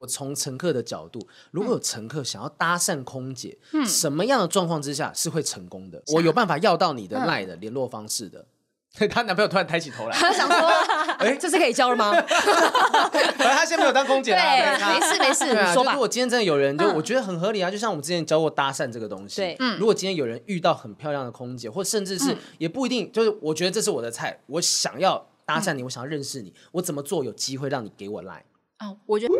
我从乘客的角度，如果有乘客想要搭讪空姐，什么样的状况之下是会成功的？我有办法要到你的赖的联络方式的。 她男朋友突然抬起头来， 他想 说，哎，这是可以教了吗？可是他先没有当空姐对，啦，啊对没事没事，对啊，你就 说如吧。果今天真的有人，就我觉得很合理啊，就像我们之前教过搭讪这个东西，嗯对嗯如果今天有人遇到很漂亮的空姐，或甚至是也不一定，就是我觉得这是我的菜，我想要搭讪你，嗯我想要认识你，我怎么做有机会让你给我来？啊，我觉得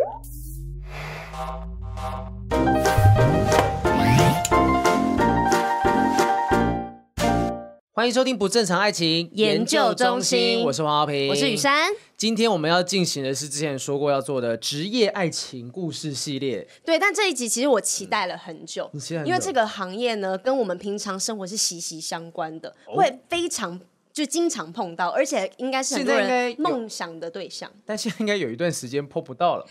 欢迎收听不正常爱情研究中心我嗯是黄浩平，我是雨。珊，今天我们要进行的是之前说过要做的职业爱情故事系列，对，但这一集其实我期待了很久，你期待很久因为这个行业呢，跟我们平常生活是息息相关的，哦会非常就经常碰到，而且应该是很多现在应人该有梦想的对象。但现在应该有一段时间破不到 了？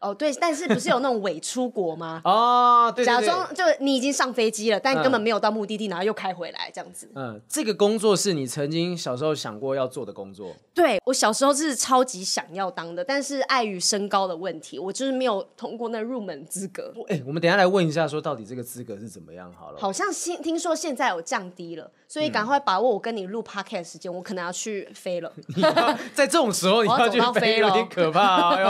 哦，对，但是不是有那种伪出国吗哦， 对对假对装就你已经上飞机了，但根本没有到目的地，然后又开回来这样子。嗯，这个工作是你曾经小时候想过要做的工作，对我小时候是超级想要当的，但是碍于身高的问题，我就是没有通过那入门资格。哎、我们等一下来问一下，说到底这个资格是怎么样好了。好像现听说现在有降低了，所嗯以赶快把握我跟你录 podcast 的时间，我可能要去飞了。 在这种时候你我要要走去到飞，飞有咯点可怕、哦。哎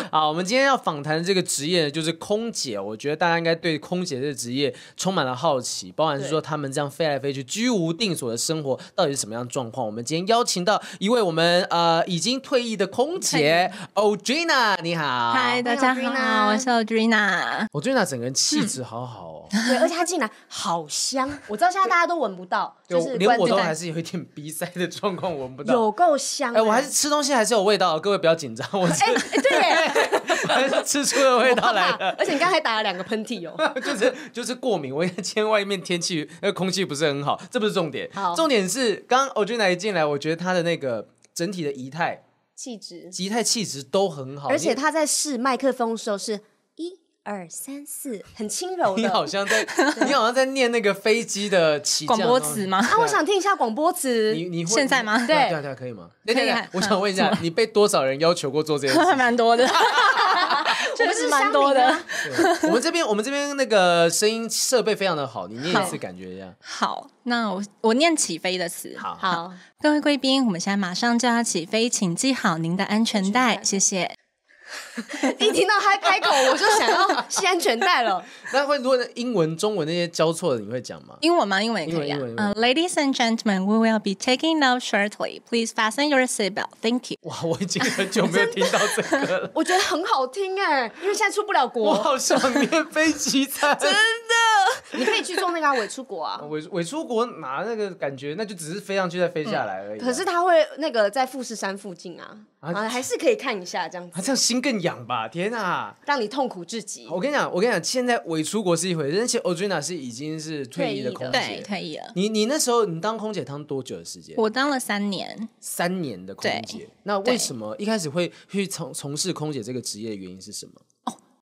呦，好，我们今天要访谈的这个职业呢就是空姐，我觉得大家应该对空姐这个职业充满了好奇，包含是说他们这样飞来飞去、居无定所的生活到底是什么样的状况。我们今天邀请到一位我们呃已经退役的空 姐 Audrina，你好，嗨，大家 Audrina 好，我是 Audrina。 ，Audrina 整个人气质好好哦，对，而且它进来好香，我知道现在大家都闻不到， 对就是连关我都在还是有一点鼻塞的状况，闻不到。有够香、欸哎、我还是吃东西还是有味道的，各位不要紧张， 我是、哎、哎对耶， 我还是吃出了味道好来怕的。而且你刚才打了两个喷嚏哦。 就是就是过敏，我今天外面天气那个空气不是很好，这不是重点好，重点是刚刚欧俊来一进来，我觉得他的那个整体的仪态、气质，仪态气质都很好，而且你他在试麦克风的时候是一二三四，很轻柔 你好的。像在你好像在念那个飞机的起降广播词吗？啊，我想听一下广播词，你你会现在吗对啊对啊对啊，可以吗？对对以对啊，我想问一下，你被多少人要求过做这件事还 情？蛮多的，我确们是实乡蛮民多的啊。。我们这边我们这边那个声音设备非常的好，你念一次感觉一下。好，那我我念起飞的词。好，好， 各位贵宾，我们现在马上就要起飞，请系好您的安全带，谢谢。一听到他开口，我就想要系安全带了。那会如果英文、中文那些交错的，你会讲吗？英文吗？英文也可以啊英文英。文嗯，Ladies and gentlemen, we will be taking off shortly. Please fasten your seatbelt. Thank you. 哇，我已经很久没有听到这个了。我觉得很好听哎、因为现在出不了我国，好想念飞机餐。你可以去做那个啊伪、出国啊。伪伪出国拿那个感觉，那就只是飞上去再飞下来而已啊、可是他会那个在富士山附近啊，啊啊，还是可以看一下这样啊，子，这样心更痒吧？天啊！让你痛苦至极。我跟你讲，我跟你讲，现在伪出国是一回事，但其实 Audrina 是已经是退役的空退对，姐。退役了。你你那时候你当空姐当多久的时间？我当了三年，三年的空姐。那为什么一开始会去从从事空姐这个职业的原因是什么？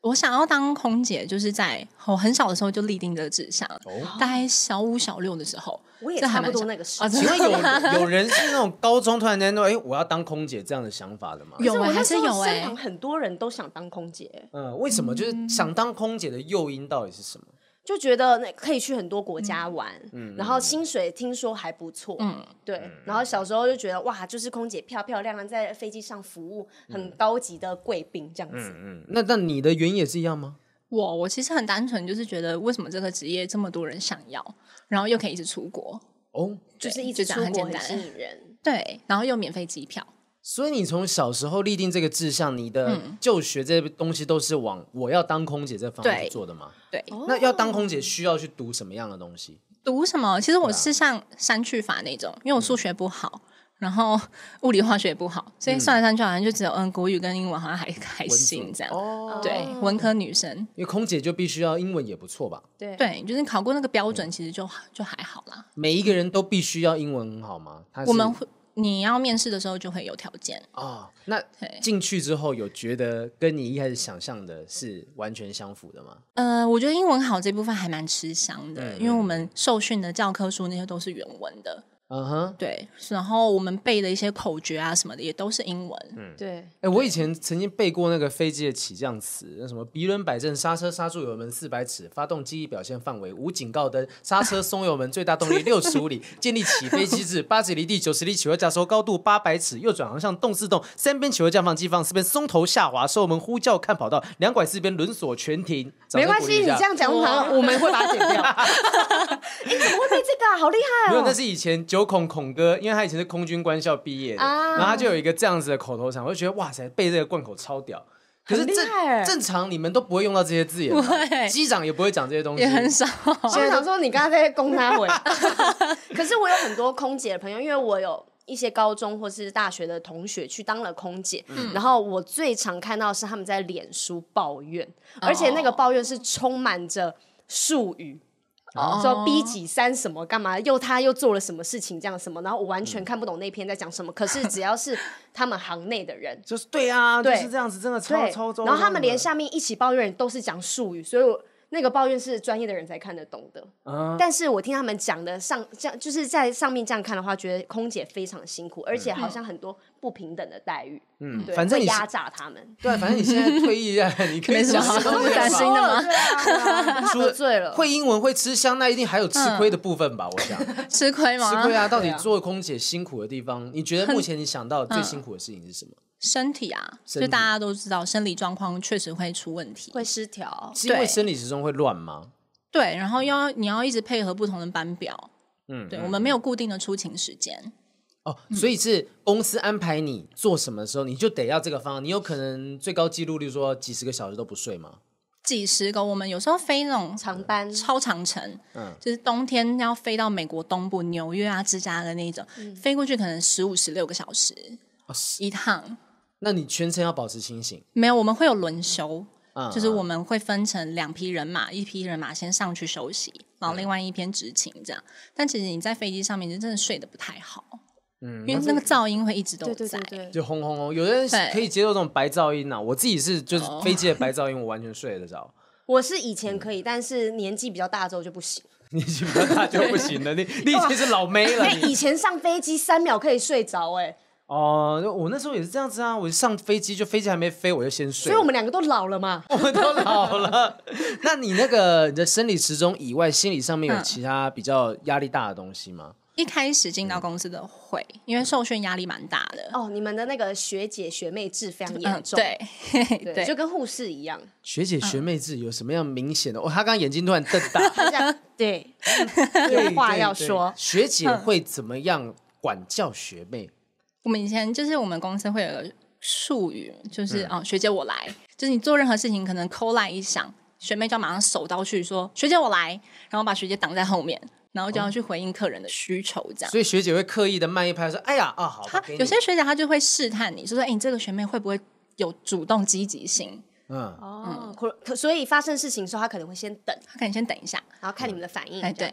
我想要当空姐，就是在我很小的时候就立定这个志向，哦，大概小五小六的时候，我也这还差不蛮多小那个时啊候，真请的问有有人是那种高中突然间说，哎、我要当空姐这样的想法的吗？有我哎、那还时是候有哎、身旁很多人都想当空姐，嗯，为什么？就是想当空姐的诱因到底是什么？就觉得那可以去很多国家玩，然后薪水听说还不错，嗯对。然后小时候就觉得哇，就是空姐漂漂亮亮，在飞机上服务很高级的贵宾这样子。嗯，那那你的原因也是一样吗？我我其实很单纯，就是觉得为什么这个职业这么多人想要，然后又可以一直出国，哦，就是对一直就出这样国很很简吸单引人。对，然后又免费机票，所以你从小时候立定这个志向，你的就学这些东西都是往我要当空姐这方面嗯对哦去做的吗？对，那要当空姐需要去读什么样的东西？读什么？其实啊我是像删去法那种，因为我嗯数学不好。然后物理化学也不好，所以算来算去好像就只有嗯国语跟英文好像还还行这样。哦，对，文科女生，因为空姐就必须要英文也不错吧？对，对，就是考过那个标嗯准，其实就就还好啦。每一个人都必须要英文很好吗？她是我们会你要面试的时候就会有条件，哦，那对进去之后有觉得跟你一开始想象的是完全相符的吗？呃，我觉得英文好这部分还蛮吃香的，嗯因为我们受训的教科书那些都是原文的，嗯哼，对，然后我们背的一些口诀啊什么的也都是英文。对，哎，我以前曾经背过那个飞机的起降词，那什么鼻轮摆正，刹车刹住油门四百尺，发动机表现范围无警告灯，刹车松油门，最大动力六十五里，建立起飞机制，八级离地九十里起落架收，高度八百尺，右转航向动自动，三边起落架放机放，四边松头下滑收门呼叫看跑道，两拐四边轮锁全停。掌声没关鼓系，励一你下这样讲，我们好像我们会把它剪 掉。哎，怎么会背这个啊？好厉害没有，那哦！是以前九孔孔哥，因为他以前是空军官校毕业的，啊然后他就有一个这样子的口头禅，我就觉得哇塞，背这个贯口超屌。可是很厉正害正常你们都不会用到这些字眼吧，会机长也不会讲这些东西，也 很少，现在想说你刚刚在攻他回， 可是我有很多空姐的朋友，因为我有。一些高中或是大学的同学去当了空姐，嗯然后我最常看到的是他们在脸书抱怨，而且那个抱怨是充满着术语，哦说啊 B 几三什么干嘛，又他又做了什么事情这样什么，然后我完嗯全看不懂那篇在讲什么。可是只要是他们行内的人，就是对啊，就对是这样子，真的超对超超。，然后他们连下面一起抱怨都是讲术语，所以我那个抱怨是专业的人才看得懂的。嗯但是我听他们讲的上这样，就是在上面这样看的话，觉得空姐非常辛苦，而且好像很多不平等的待遇，嗯，对，反正会你压榨他 们，对，反正你现在退役 啊，你可以没什么讲好这些东西不担心的吗对啊对啊怕除得了罪了，会英文会吃香，那一定还有吃亏的部分吧？我想嗯吃亏吃吗？亏啊，到底对啊做空姐辛苦的地方，你觉得目前你想到嗯最辛苦的事情是什么？身体啊，身就体大家都知道，生理状况确实会出问题。会失调，是因为对生理时钟会乱吗？对，然后要你要一直配合不同的班表。嗯，对，我们没有固定的出勤时间。哦，嗯所以是公司安排你做什么的时候，你就得要这个方案。你有可能最高纪录，例如说几十个小时都不睡吗？几十个，我们有时候飞那种长班超长程，嗯就是冬天要飞到美国东部纽约啊、芝加哥那一种，嗯飞过去可能十五、十六个小时哦，是。一趟。那你全程要保持清醒没有，我们会有轮休，啊，嗯就是我们会分成两批人马，一批人马先上去休息，然后另外一边执勤这样。但其实你在飞机上面就真的睡得不太好，嗯因为那个噪音会一直都对在。对对对。啊就轰轰轰。有的人对可以接受这种白噪音啊，我自己是就是哦飞机的白噪音，我完全睡得着。我是以前嗯可以，但是年纪比较大之后就不行。你已经比较大就不行 了，你你已经是老妹了。因为你以前上飞机三秒可以睡着，哎，哦，我那时候也是这样子啊，我上飞机就飞机还没飞，我就先睡所以了。我们两个都老了嘛。我们都老了。 那你那个你的生理时钟以外，心理上嗯面有其他比较压力大的东西吗？一开始进到公司的会，嗯因为受训压力蛮大的。哦，你们的那个学姐学妹制非常严嗯，重，对，嘿嘿对， 对，就跟护士一 样，学姐嗯学妹制有什么样明显的？哦，他刚刚眼睛突然瞪大， 大家对，有话要说对。学姐嗯会怎么样管教学妹？我们以前就是我们公司会有个术语，就是嗯哦、学姐我来，就是你做任何事情可能扣来一响，学妹就要马上手刀去说学姐我来，然后把学姐挡在后面，然后就哦要去回应客人的需求这样。所以学姐会刻意的慢一拍，说：“哎呀，啊，好，她我给你有些学姐她就会试探你，就说：“哎、你这个学妹会不会有主动积极性？嗯，哦，可可所以发生事情的时候，他可能会先等，她可能先等一下。然后看你们的反应。哎，对，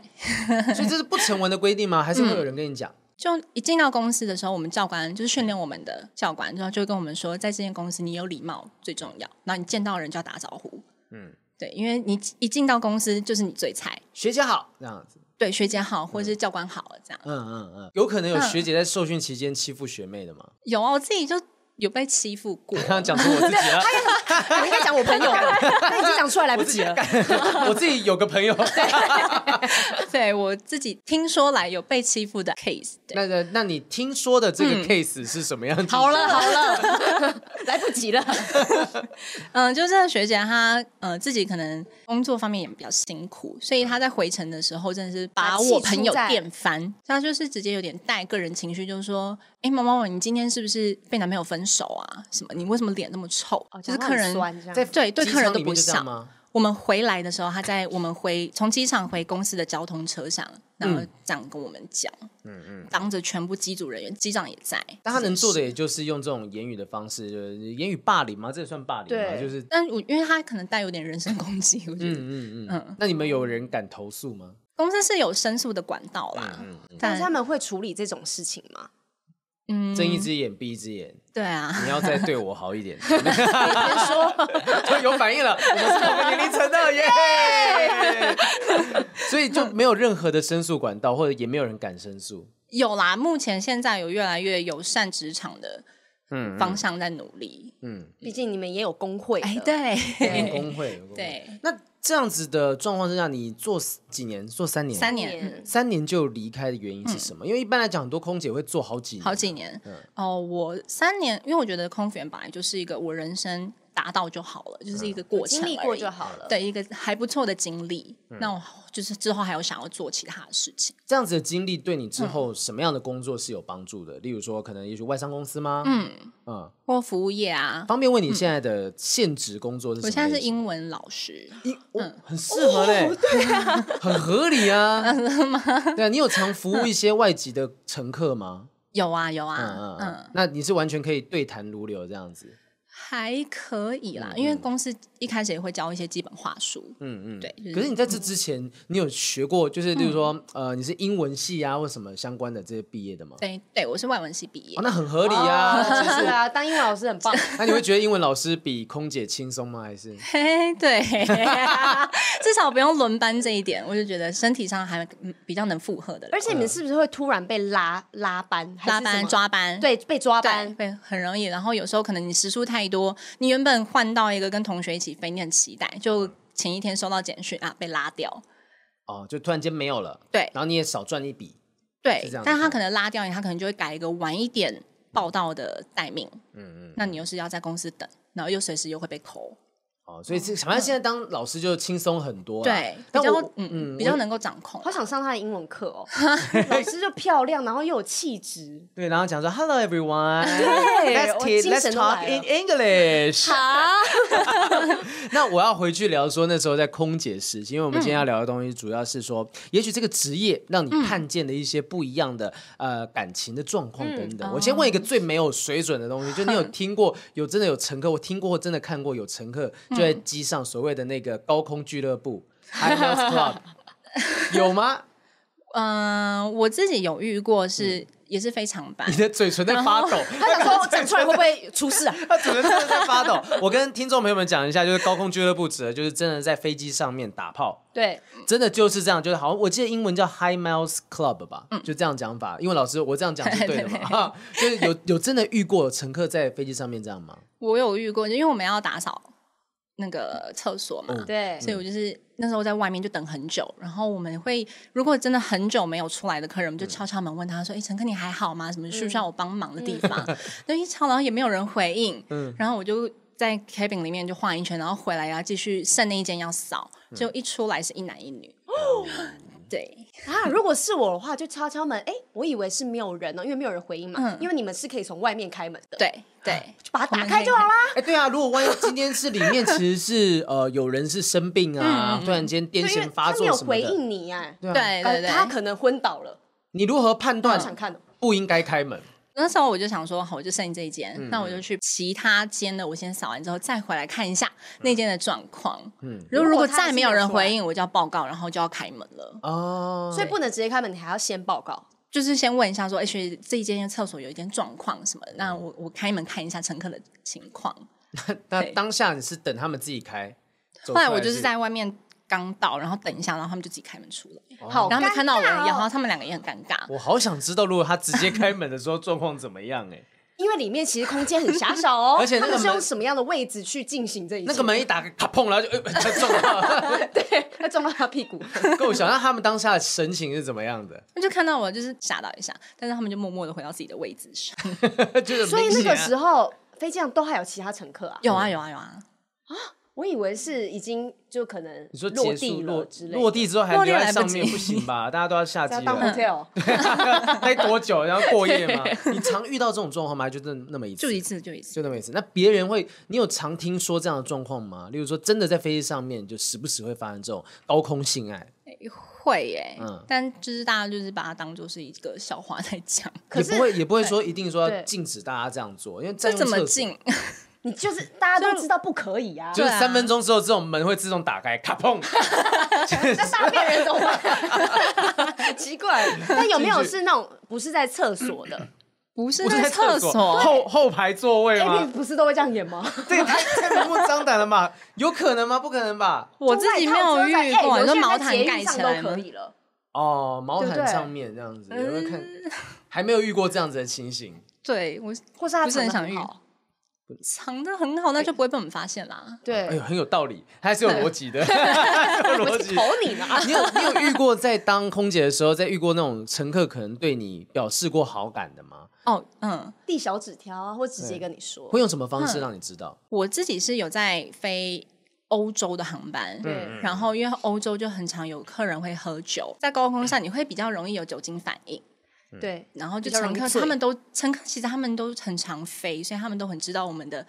所以这是不成文的规定吗？还是会嗯有人跟你讲？就一进到公司的时候，我们教官就是训练我们的教官，然后就会跟我们说，在这间公司你有礼貌最重要，然后你见到人就要打招呼。嗯嗯，对，因为你一进到公司就是你最菜，学姐好，这样子。对学姐好，或者是教官好这样。嗯嗯嗯，有可能有学姐在受训期间欺负学妹的吗？ 有啊，我自己就有被欺负 过刚。刚讲出我自己了。 我应该讲我朋友吧，但已经讲出来来不我自及己了。 我自己有个朋友，对我自己听说来有被欺负的 case 对。那那那你听说的这个 case 是什么样子？嗯好了好了，来不及 了，嗯，就这个学姐她呃自己可能工作方面也比较辛苦，所以她在回程的时候真的是把把气我朋友出在电翻，她就是直接有点带个人情绪，就是说：“哎、毛毛，你今天是不是被男朋友分手啊？什么？你为什么脸那么臭？”哦就是客人在在对对客人都机场里不面就这样想。吗？我们回来的时候，他在我们回从机场回公司的交通车上，然嗯后这样跟我们讲，嗯嗯，当着全部机组人员，机长也在，但他能做的也就是用这种言语的方式，就是言语霸凌吗？这也算霸凌吗？对就是但我因为他可能带有点人身攻击，我觉得、嗯嗯嗯。那你们有人敢投诉吗？公司是有申诉的管道啦，嗯嗯但是他但们会处理这种事情吗？嗯，睁一只眼闭一只眼，对啊，你要再对我好一点。别说， 有反应了，我们是同个年龄层的耶。 所以就没有任何的申诉管道，或者也没有人敢申诉。有啦，目前现在有越来越友善职场的嗯，方向在努力。嗯，毕竟你们也有工会的，哎，对，有工会，有工会。对，那这样子的状况之下，你做几年？做三年？ 三年年，三年就离开的原因是什么？因为一般来讲，很多空姐会做好几年，好几年。嗯哦，我三年，因为我觉得空服员本来就是一个我人生达到就好了，就是嗯一个过程经而已，历过就好了。，对一个还不错的经历。嗯那我就是之后还有想要做其他的事情。这样子的经历对你嗯之后什么样的工作是有帮助的？例如说，可能也许外商公司吗？嗯嗯，或服务业啊，方便问你现在的现职工作是什么我类现型？在是英嗯文老师，英，哦很适合嘞，对啊， 很合理 啊， 对啊，你有常服务一些外籍的乘客吗？有啊有嗯啊嗯，嗯，嗯，那你是完全可以对谈如流这样子，还可以啦，因为公司一开始也会教一些基本话术。嗯嗯嗯，对就是嗯可是你在这之前，你有学过，就是例如说，呃，你是英文系啊，或什么相关的这些毕业的吗？对哦对，我是外文系毕业哦，，那很合理 啊，其是实啊，当英文老师很棒。那你会觉得英文老师比空姐轻松吗？还是 嘿，对，至少不用轮班这一点，我就觉得身体上还嗯比较能负荷的了，哎而且你们是不是会突然被拉拉班？还是拉什班么抓班，对被抓对，班，会很容易。然后有时候可能你时数太多，你原本换到一个跟同学一起飞，你很期待，就前一天收到简讯啊，被拉掉。哦，就突然间没有了，对然后你也少赚一笔，是对这样，子但他看可能拉掉你，他可能就会改一个晚一点报道的待命。嗯嗯，那你又是要在公司等，然后又随时又会被扣。哦，所以这嗯反正现在当老师就轻松很多啦，啊对，比但较我嗯比较能够掌控好。想上他的英文课 哦。老师就漂亮，然后又有气质。对，然后讲说 Hello everyone， 对 Let's 我 t- 精 Let's 神都 talk 来 in 了 English。啊， 那我要回去聊说那时候在空姐时期，因为我们今天要聊的东西主要是说，也许这个职业让你看见的一些不一样的、呃感情的状况等等。我先问一个最没有水准的东西，就你有听过有真的有乘客，我听过或真的看过有乘客就在机上所谓的那个高空俱乐部 （high nose club） 有吗？嗯、我自己有遇过是、也是 非常班嗯你，的嘴唇在发抖，他 想说我讲出来会不会出事啊？他主人真的在发抖。我跟听众朋友们讲一下，就是高空俱乐部指的就是真的在飞机上面打炮， 对，真的就是这样，就是好像我记得英文叫 High Miles Club 吧，就这样讲法。因为老师我这样讲是嗯 对的嘛，啊就是有有真的遇过乘客在飞机上面这样吗？我有遇过，因为我们要打扫那个厕所嘛，嗯对，所以我就是那时候在外面就等很久，然后我们会如果真的很久没有出来的客人，我嗯们就敲敲门问他说：“哎、陈哥你还好吗？什么需不需要我帮忙的地嗯方？”那、一敲，然后也没有人回应，然后我就在 cabin 里面就晃一圈，然后回来要继续剩那一间要扫，嗯就一出来是一男一女，哦对，啊，如果是我的话，就敲敲门。哎，我以为是没有人呢，因为没有人回应嘛嗯。因为你们是可以从外面开门的，，对对，就把它打开就好啦。 哎、对啊，如果万一今天是里面其实 是呃有人是生病啊，突然间癫嗯对，因为痫发他没作有什么回的，应你哎，对对啊，对嗯对，他可能昏倒了，你如何判我想断看哦。不应该开门？那时候我就想说，好，我就剩你这一间，那我就去其他间的，我先扫完之后再回来看一下那间的状况。嗯，如果如如果果他还再是没有没有人出来回应，我就要报告，然后就要开门了。哦，所以不能直接开门，你还要先报告。就是先问一下说，哎、学姐这一间厕所有一间状况什么的？那我我开门看一下乘客的情况。那对当下你是等他们自己开，后后来我就是在外面刚到，然后等一下，然后他们就自己开门出来，哦好，哦然后他们看到我，然然后他们两个也很尴尬。我好想知道，如果他直接开门的时候状况怎么 样、欸？哎，因为里面其实空间很狭小哦， 而且那他个们是用门什么样的位置去进行这一切？那个门一打开，咔砰，然后就呃，他中了， 对，他撞到他屁 股，够想。那他们当下的神情是怎么样的？ 他们就看到我，就是吓到一下，但是他们就默默的回到自己的位置上。就是啊所以那个时候，候飞机上都还有其他乘客啊。有啊，有啊，有啊，我以为是已经就可能你说落结束地了落之类的，落地之后还落地留在来不上面及不行吧？大家都要下要机啊当了，hotel，待多久？然后过夜吗？你常遇到这种状况吗？就那那么一次，就一，次，就一次。就那么一次。那别人会，你有常听说这样的状况吗？例如说，真的在飞机上面，就时不时会发生这种高空性爱，会耶、嗯但就是大家就是把它当做是一个笑话在讲，可也是不会也不会说一定说要对禁止大家这样做，因为占用这怎么厕所进？你就是大家都知道不可以啊。 就是对啊三分钟之后，这种门会自动打开，咔砰。那上面 人怎么办？奇怪，那有没有是那种不是在厕所的？哎不是我是在厕所 后后排座位 A 吗片？不是都会这样演吗？这也太太明目张胆了吧？ 有可能吗？不可能吧？ 我自己没有遇过。你说毛毯盖起来都吗可？以了。哦，毛对不毯对上面这样子，有没有看？ 还没有遇过这样子的情形。对我或是他不是很藏得想遇好藏的很好，那就不会被我们发现啦。哎对呦，，很有道理，它还是有逻辑的，还是有逻 辑。啊投你呢？啊你有你有遇过在当空姐的时候，在遇过那种乘客可能对你表示过好感的吗？哦，嗯，递小纸条啊，或直接跟你说。会用什么方式让你知道？我自己是有在飞欧洲的航班，对然后因为欧洲就很常有客人会喝酒，在高空上你会比较容易有酒精反应。对，然后比就较容乘易客醉他们都乘客其实他们都很常飞，所以他们都很知道我们的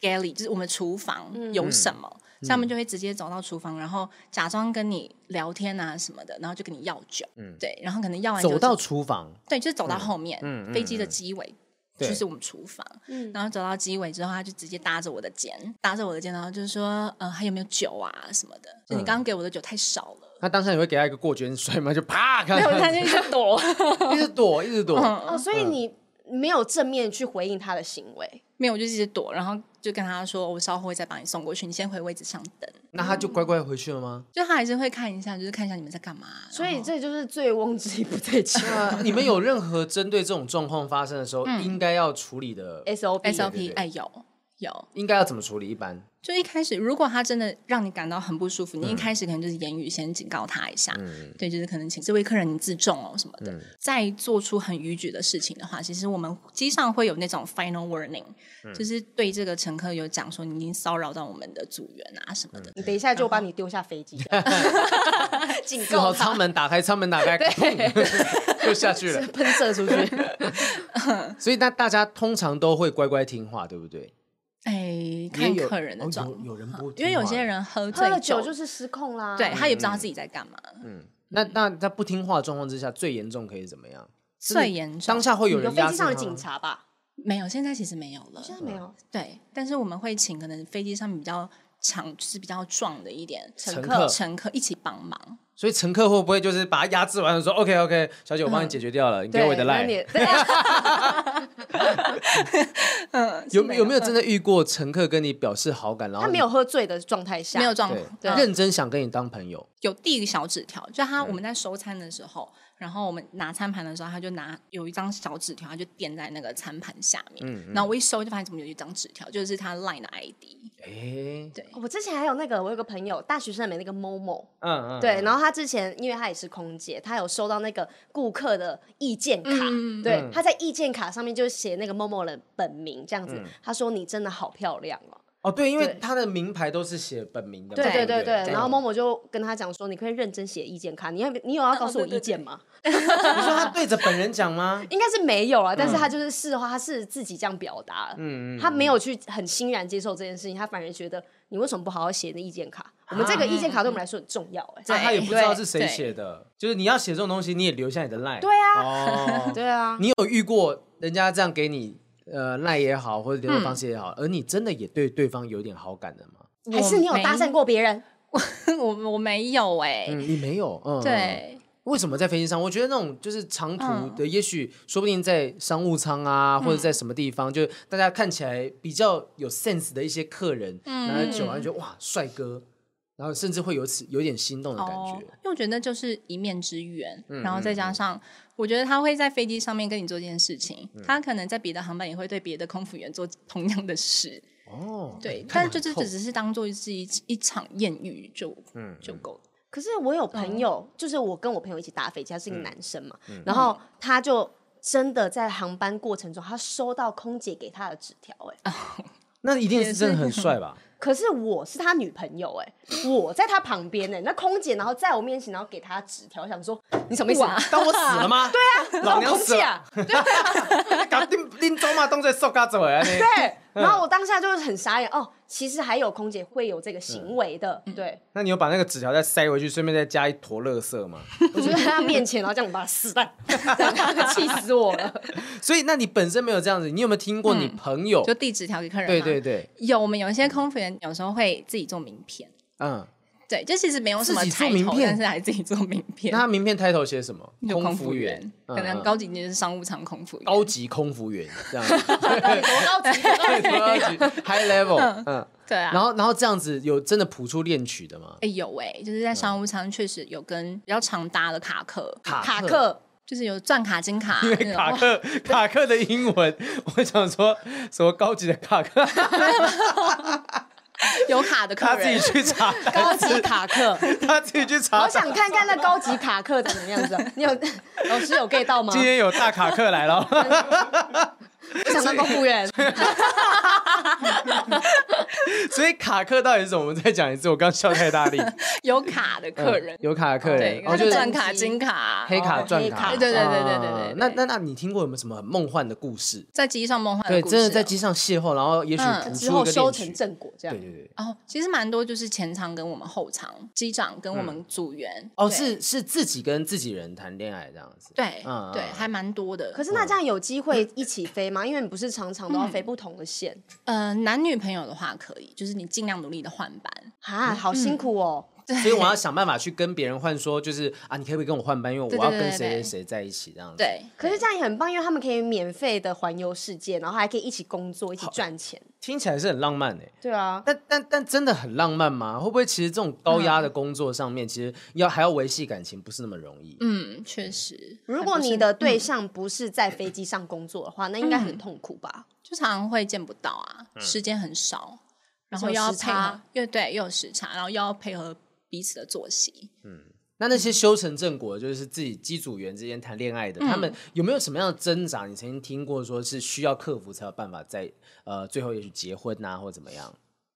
galley 就是我们厨房嗯有什么，所以他们就会直接走到厨房，然后假装跟你聊天啊什么的，然后就跟你要酒，嗯对，然后可能要完酒走到之后厨房，对，就是走到后面，嗯嗯嗯飞机的机尾。对就是我们厨房，嗯然后走到机尾之后，他就直接搭着我的肩，搭着我的肩，然后就是说，呃，还有没有酒啊什么的？就嗯你刚刚给我的酒太少了，那当下你会给他一个过肩摔吗？就啪，看没有，他看就一直躲。一直躲，一直躲。哦，所以你没有正面去回应他的行为，没有，我就一直躲，然后就跟他说，我稍后会再把你送过去，你先回位置上等。那他就乖乖回去了吗？就他还是会看一下，就是看一下你们在干嘛。所哦以这就是醉翁之意不在酒。 那你们有任何针对这种状况发生的时候，应该要处理的， SOP SOP 对对对哎有有，应该要怎么处理？一般就一开始如果他真的让你感到很不舒服，嗯你一开始可能就是言语先警告他一下，对，就是可能请这位客人你自重哦什么嗯的。再做出很逾矩的事情的话，其实我们机上会有那种 final warning，、就是嗯对这个乘客有讲说你已经骚扰到我们的组员啊什么的。你等一下就把你丢下飞机， 警四告号 他舱，门打开，舱门打开，砰就下去了。喷射出去。所以那大家通常都会乖乖听话，对不对？哎，看嗯也有客人的哦状有况，有人不听话，因为有些人喝 醉喝了酒就是是失控啦。对，他也嗯不知道他自己在干嘛，那那在不听话的状况之下，最严重可以怎么样？最严重当下会有啊有人飞压机制上他的吗警察吧？嗯没有，现在其实没有了。现在没有对，但是我们会请可能飞机上面比较长，就是比较壮的一点乘客乘客一起帮忙。所以乘客会不会就是把他压制完了说 OK OK，小姐我帮你解决掉了，你给我的那 line。你嗯对啊嗯，有是有没有真的遇过乘客跟你表示好感，然后他没有喝醉的状态下，没有状对况？对嗯嗯认真想跟你当朋友？有递一个小纸条，就他我们在收餐的时候，然后我们拿餐盘的时候，他就拿有一张小纸条，他就垫在那个餐盘下面。嗯然后我一收就发现怎么有一张纸条，就是他 LINE 的 ID。哎，对，我之前还有那个，我有个朋友，大学生里面那个 Momo，嗯嗯，对，然后他之前因为他也是空姐，他有收到那个顾客的意见卡，对，嗯他在意见卡上面就写那个 Momo 的本名这样嗯子，他说你真的好漂亮哦，哦对，因为对他的名牌都是写本名的嘛，对对对对对不对，然后 Momo 你就跟他讲说，你可以认真写意见卡，你要你有要告诉我意见吗？说他对着本人讲吗？应该是没有啊，但是他就是是的话，他是自己这样表达，嗯他没有去很欣然接受这件事情，他反而觉得你为什么不好好写你的意见卡？我们这个意见卡对我们来说很重要、哎、那他也不知道是谁对写的，就是你要写这种东西，你也留下你的 line。对啊哦，对啊，你有遇过人家这样给你呃赖也好，或者联络方式也嗯好，而你真的也对对方有点好感的吗？ 还是你有搭讪过别人？我？我没 有哎、嗯，你没有，嗯，。对，嗯为什么在飞机上？我觉得那种就是长途的，也许说不定在商务舱啊，或者在什么地方，就大家看起来比较有 sense 的一些客人，然嗯后久了就觉得哇帅哥，然后甚至会有此有点心动的感哦觉。，嗯因为我觉得就是一面之缘，然后再加上，我觉得他会在飞机上面跟你做这件事情，嗯他可能在别的航班也会对别的空服员做同样的事，哦，对，看但得就很嗯是透只只是当做是一一场艳遇就就够了。可是我有朋友，就是我跟我朋友一起搭飞机，他是一个男生嘛，然后他就真的在航班过程中，他收到空姐给他的纸条，哎，那一定是真的很帅吧？可是我是他女朋友，哎，我在他旁边，哎，那空姐然后在我面前，然后给他纸条，想说你什么意思？哇 当我死了吗？对啊，老娘空死姐了，哎啊，搞定拎走嘛，当作受嘎走哎。对对，然后我当下就是很傻眼，哦，其实还有空姐会有这个行为的，嗯对， 那你有把那个纸条再塞回去，顺便再加一坨垃圾吗？我就在他面前，然后这样把他撕烂，气死我了。 所以，那你本身没有这样子，你有没有听过你朋友？就递纸条给客人，对对，对，有我们有一些空服员有时候会自己做名片，嗯，对，就其实没有什么自己做抬名头，片但是还自己做名片那。他名片 title 写什么？有空服员，可能嗯高级一点就是商务舱空服员。高级空服员这样子多高级，多 高高级级，high level，嗯，对啊，然后然后这样子有真的谱出恋曲的 吗？哎、有哎、就是嗯在商务舱确实有跟比较常搭的卡客，卡卡克。克就是有钻卡金卡因那为种，卡哇克卡克的英文，我想说什么高级的卡克，有卡的客他自己人。去查，高级卡 克，他自己去查。好想看看那高级卡克怎么样子啊。你有老师有 get 到吗今？天有大卡克来 了，我想当公务员，所以卡克到底是什么？我们再讲一次，我刚笑太大力。有卡的 客人，嗯有卡克对人，，他哦，就就是是钻卡金卡，黑卡哦钻黑卡，卡对对对对对对啊对那那那你听过有没有什么很梦幻的故事？在机上梦幻对，的故事、真的在机。上邂逅，然后也许嗯谱之出后一个修恋成曲。正果这样对。对对，哦，其实蛮多就是前场跟我们后场，机长跟我们组员。嗯哦，对是是自己跟自己人谈恋爱这样子。对、嗯对嗯，还蛮多的。可是那这样有机会一起飞吗？因为你不是常常都要飞不同的线呃，男女朋友的话可以，就是你尽量努力的换班。啊，好辛苦哦。所以我要想办法去跟别人换说，就是啊，你可不可以跟我换班？因为对我要对跟对谁谁对谁在一起这样子。，对，可是这样也很棒，因为他们可以免费的环游世界，然后还可以一起工作，一起赚钱。听起来是很浪漫诶。对啊，但但但真的很浪漫吗？会不会其实这种高压的嗯工作上面，其实要还要维系感情，不是那么容易？嗯，确实。如果你的对象不是在飞机上工作的话，那应该很痛苦吧？就常常会见不到啊，嗯时间很少，然后有又要时配差合，又对又有时差，然后又要配合彼此的作息。那那些修成正果，就是自己机组员之间谈恋爱的，他嗯们有没有什么样的挣扎？你曾经听过说是需要克服才有办法在呃最后也许结婚呐、或怎么样？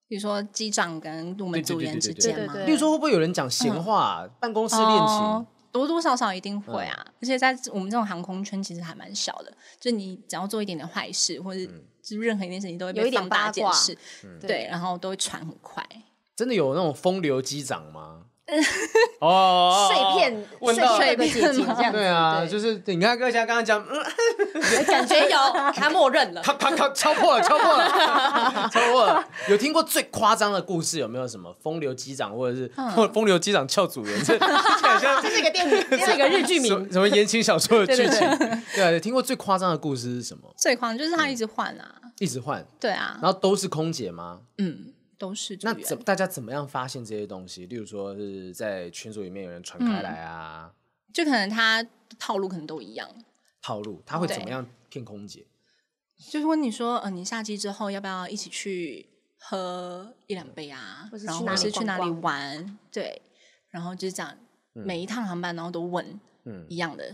比如说机长跟我们组员之间对嘛，对例如说会不会有人讲闲话、啊办公室恋情？哦多多少少一定会啊，嗯而且在我们这种航空圈其实还蛮小的，就你只要做一点点坏事，或者嗯就任何一件事情都会有一被点放大八解卦释，嗯对，然后都会传很快。真的有那种风流机长 吗？哦哦，哦碎片问碎到片的姐姐这样子，对啊，就是你看各家刚刚讲，嗯，感觉 有他默认了。啪啪啪，敲破了，敲破了，敲破了。有听过最夸张的故事？有没有什么风流机长，或者是、或风流机长翘组员？这这好像啊 这是一个电影，这是一个日剧什名么。什么言情小说的剧情？对对 对啊，有听过最夸张的故事是什么？最夸张就是他嗯一直换啊，一直换，对啊，然后都是空姐吗？嗯，都是组那员。怎大家怎么样发现这些东西？例如说是在群组里面有人传开来啊，就可能他套路可能都一样，套路他会怎么对样骗空姐？就是问你说，呃，你下机之后要不要一起去喝一两杯啊？或是然去后哪或里是去逛哪里逛玩？对，然后就是讲每一趟航班，然后都问一样的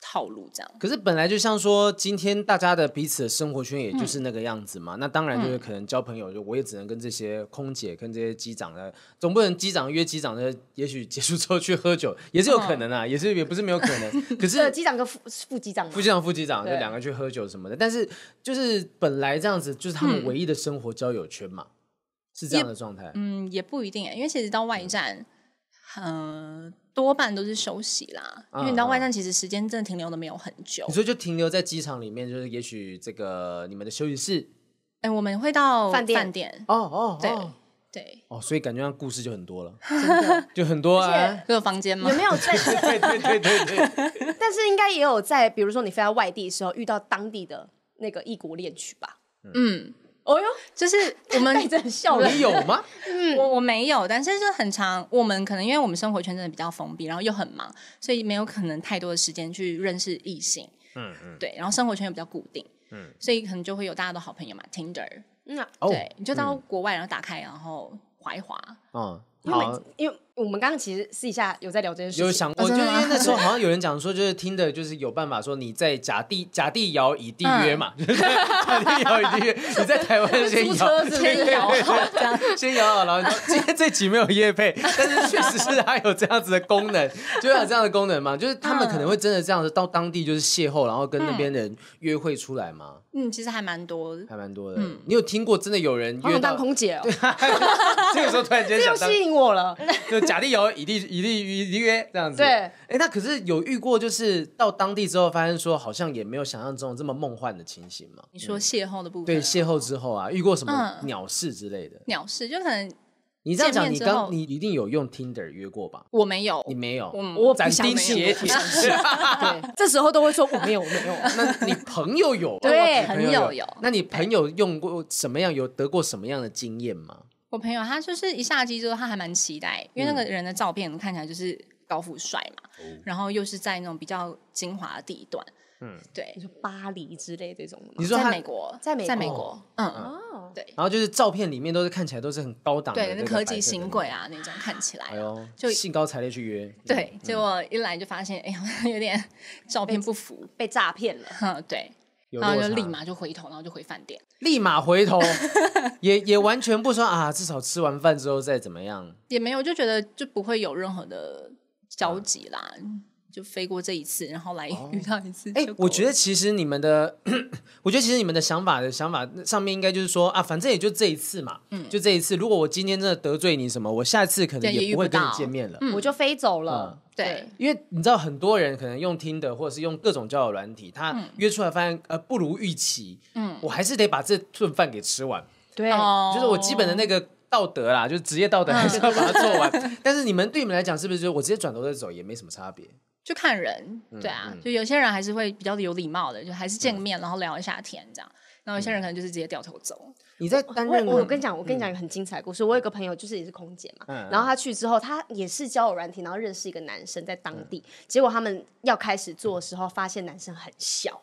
套路，这样。可是本来就像说，今天大家的彼此的生活圈也就是那个样子嘛。那当然就是可能交朋友，就我也只能跟这些空姐、跟这些机长的，总不能机长约机长的，也许结束之后去喝酒也是有可能啊，也是也不是没有可能。可呃，是机长跟副副机长嘛副机长、副机长就对两个去喝酒什么的，但是就是本来这样子就是他们唯一的生活交友圈嘛，是这样的状态。嗯，也不一定哎，因为其实到外站，呃，多半都是休息啦。因为你到外站，其实时间真的停留的没有很久你。说就停留在机场里面，就是也许这个你们的休息室，哎，我们会到饭店饭店，哦哦，对哦对，哦，所以感觉上故事就很多了，就很多啊。各有房间吗有？没有在？对对对对对， 但是应该也有在，比如说你飞到外地的时候遇到当地的那个异国恋曲吧？嗯，哦哟，就是我们 带着笑容哦你有吗？我我没有，但是就很长。我们可能因为我们生活圈真的比较封闭，然后又很忙，所以没有可能太多的时间去认识异性。嗯嗯，对，然后生活圈也比较固定，嗯，所以可能就会有大家都好朋友嘛，Tinder，、嗯啊，哦，对，你就到国外然后打开，然后划一划，嗯，因为好，因为我们刚刚其实私底下有在聊这件事情，有想过，哦就真因的吗为那时候好像有人讲说，就是听的，就是有办法说你在甲地甲地摇以地约嘛，就是甲地摇以地约，你在台湾先租摇车是不是先摇先摇好这样先摇好，然后你说今天这集没有夜配， 但是确实是它有这样子的功能，就有这样的功能嘛，就是他们可能会真的这样子到当地就是邂逅，然后跟那边的人约会出来嘛，嗯，其实还蛮多。还蛮多的。你有听过真的有人好约想到当？空姐哦，这个时候突然间这想又当吸引 我了。就假地有以地以地以地约这样子。对哎、那可是有遇过，就是到当地之后，发现说好像也没有想象中这么梦幻的情形嘛。你说邂逅的部分，对，邂逅之后啊，遇过什么嗯鸟事之类的？鸟事就可能你这样讲，见你面之后刚你一定有用 Tinder 约过吧？我没有你，没有，嗯我斩不想钉没有截铁。啊对，这时候都会说我没有，我没有。那你朋友有吗？对你朋友有那你朋友用过什么样？有得过什么样的经验吗？我朋友他就是一下机之后，他还蛮期待，因为嗯那个人的照片看起来就是高富帅嘛，哦然后又是在那种比较精华的地段，嗯嗯，对你，说巴黎之类这种的你吗？说在他，美然国，在美在美国国，嗯，哦，对后就是照片里面都是看起来都是很高档的对，这那个科白色技的新贵啊那种看起来哎啊，呦，嗯就就兴高采烈去约，对，结果一来就发现，哎呀，好像有点照片不符，被诈骗了。哼，对，有然后落就差啊立马就回头，然后就回饭店。立马回 头，也也完全不说啊，至少吃完饭之后再怎么样，也没有，就觉得就不会有任何的交嗯集啦，就飞过这一次，然后来遇到一次。哎、就够我觉了得其实你们的， 我觉得其实你们的想法的想法上面应该就是说啊，反正也就这一次嘛，就这一次。如果我今天真的得罪你什么，我下次可能对嗯也也遇不会不跟你到嗯见面了。我就飞走嗯了。对，因为你知道，很多人可能用听的，或者是用各种交友软体，他嗯约出来发现呃不如预期，嗯，我还是得把这顿饭给吃完，对哦就是我基本的那个道德啦，就是职业道德还是要把它做完。但是你们对你们来讲，是不是就我直接转头就走也没什么差别？就看人，对啊，嗯就有些人还是会比较有礼貌的，就还是见个面，然后聊一下天这样。然后有嗯些人可能就是直接掉头走，你在担我任我跟你讲，我跟你讲一个很精彩的故事。我有一个朋友，就是也是空姐嘛，嗯然后她去之后，她也是交友软体，然后认识一个男生在当嗯地。结果他们要开始做的时候，发现男生很小，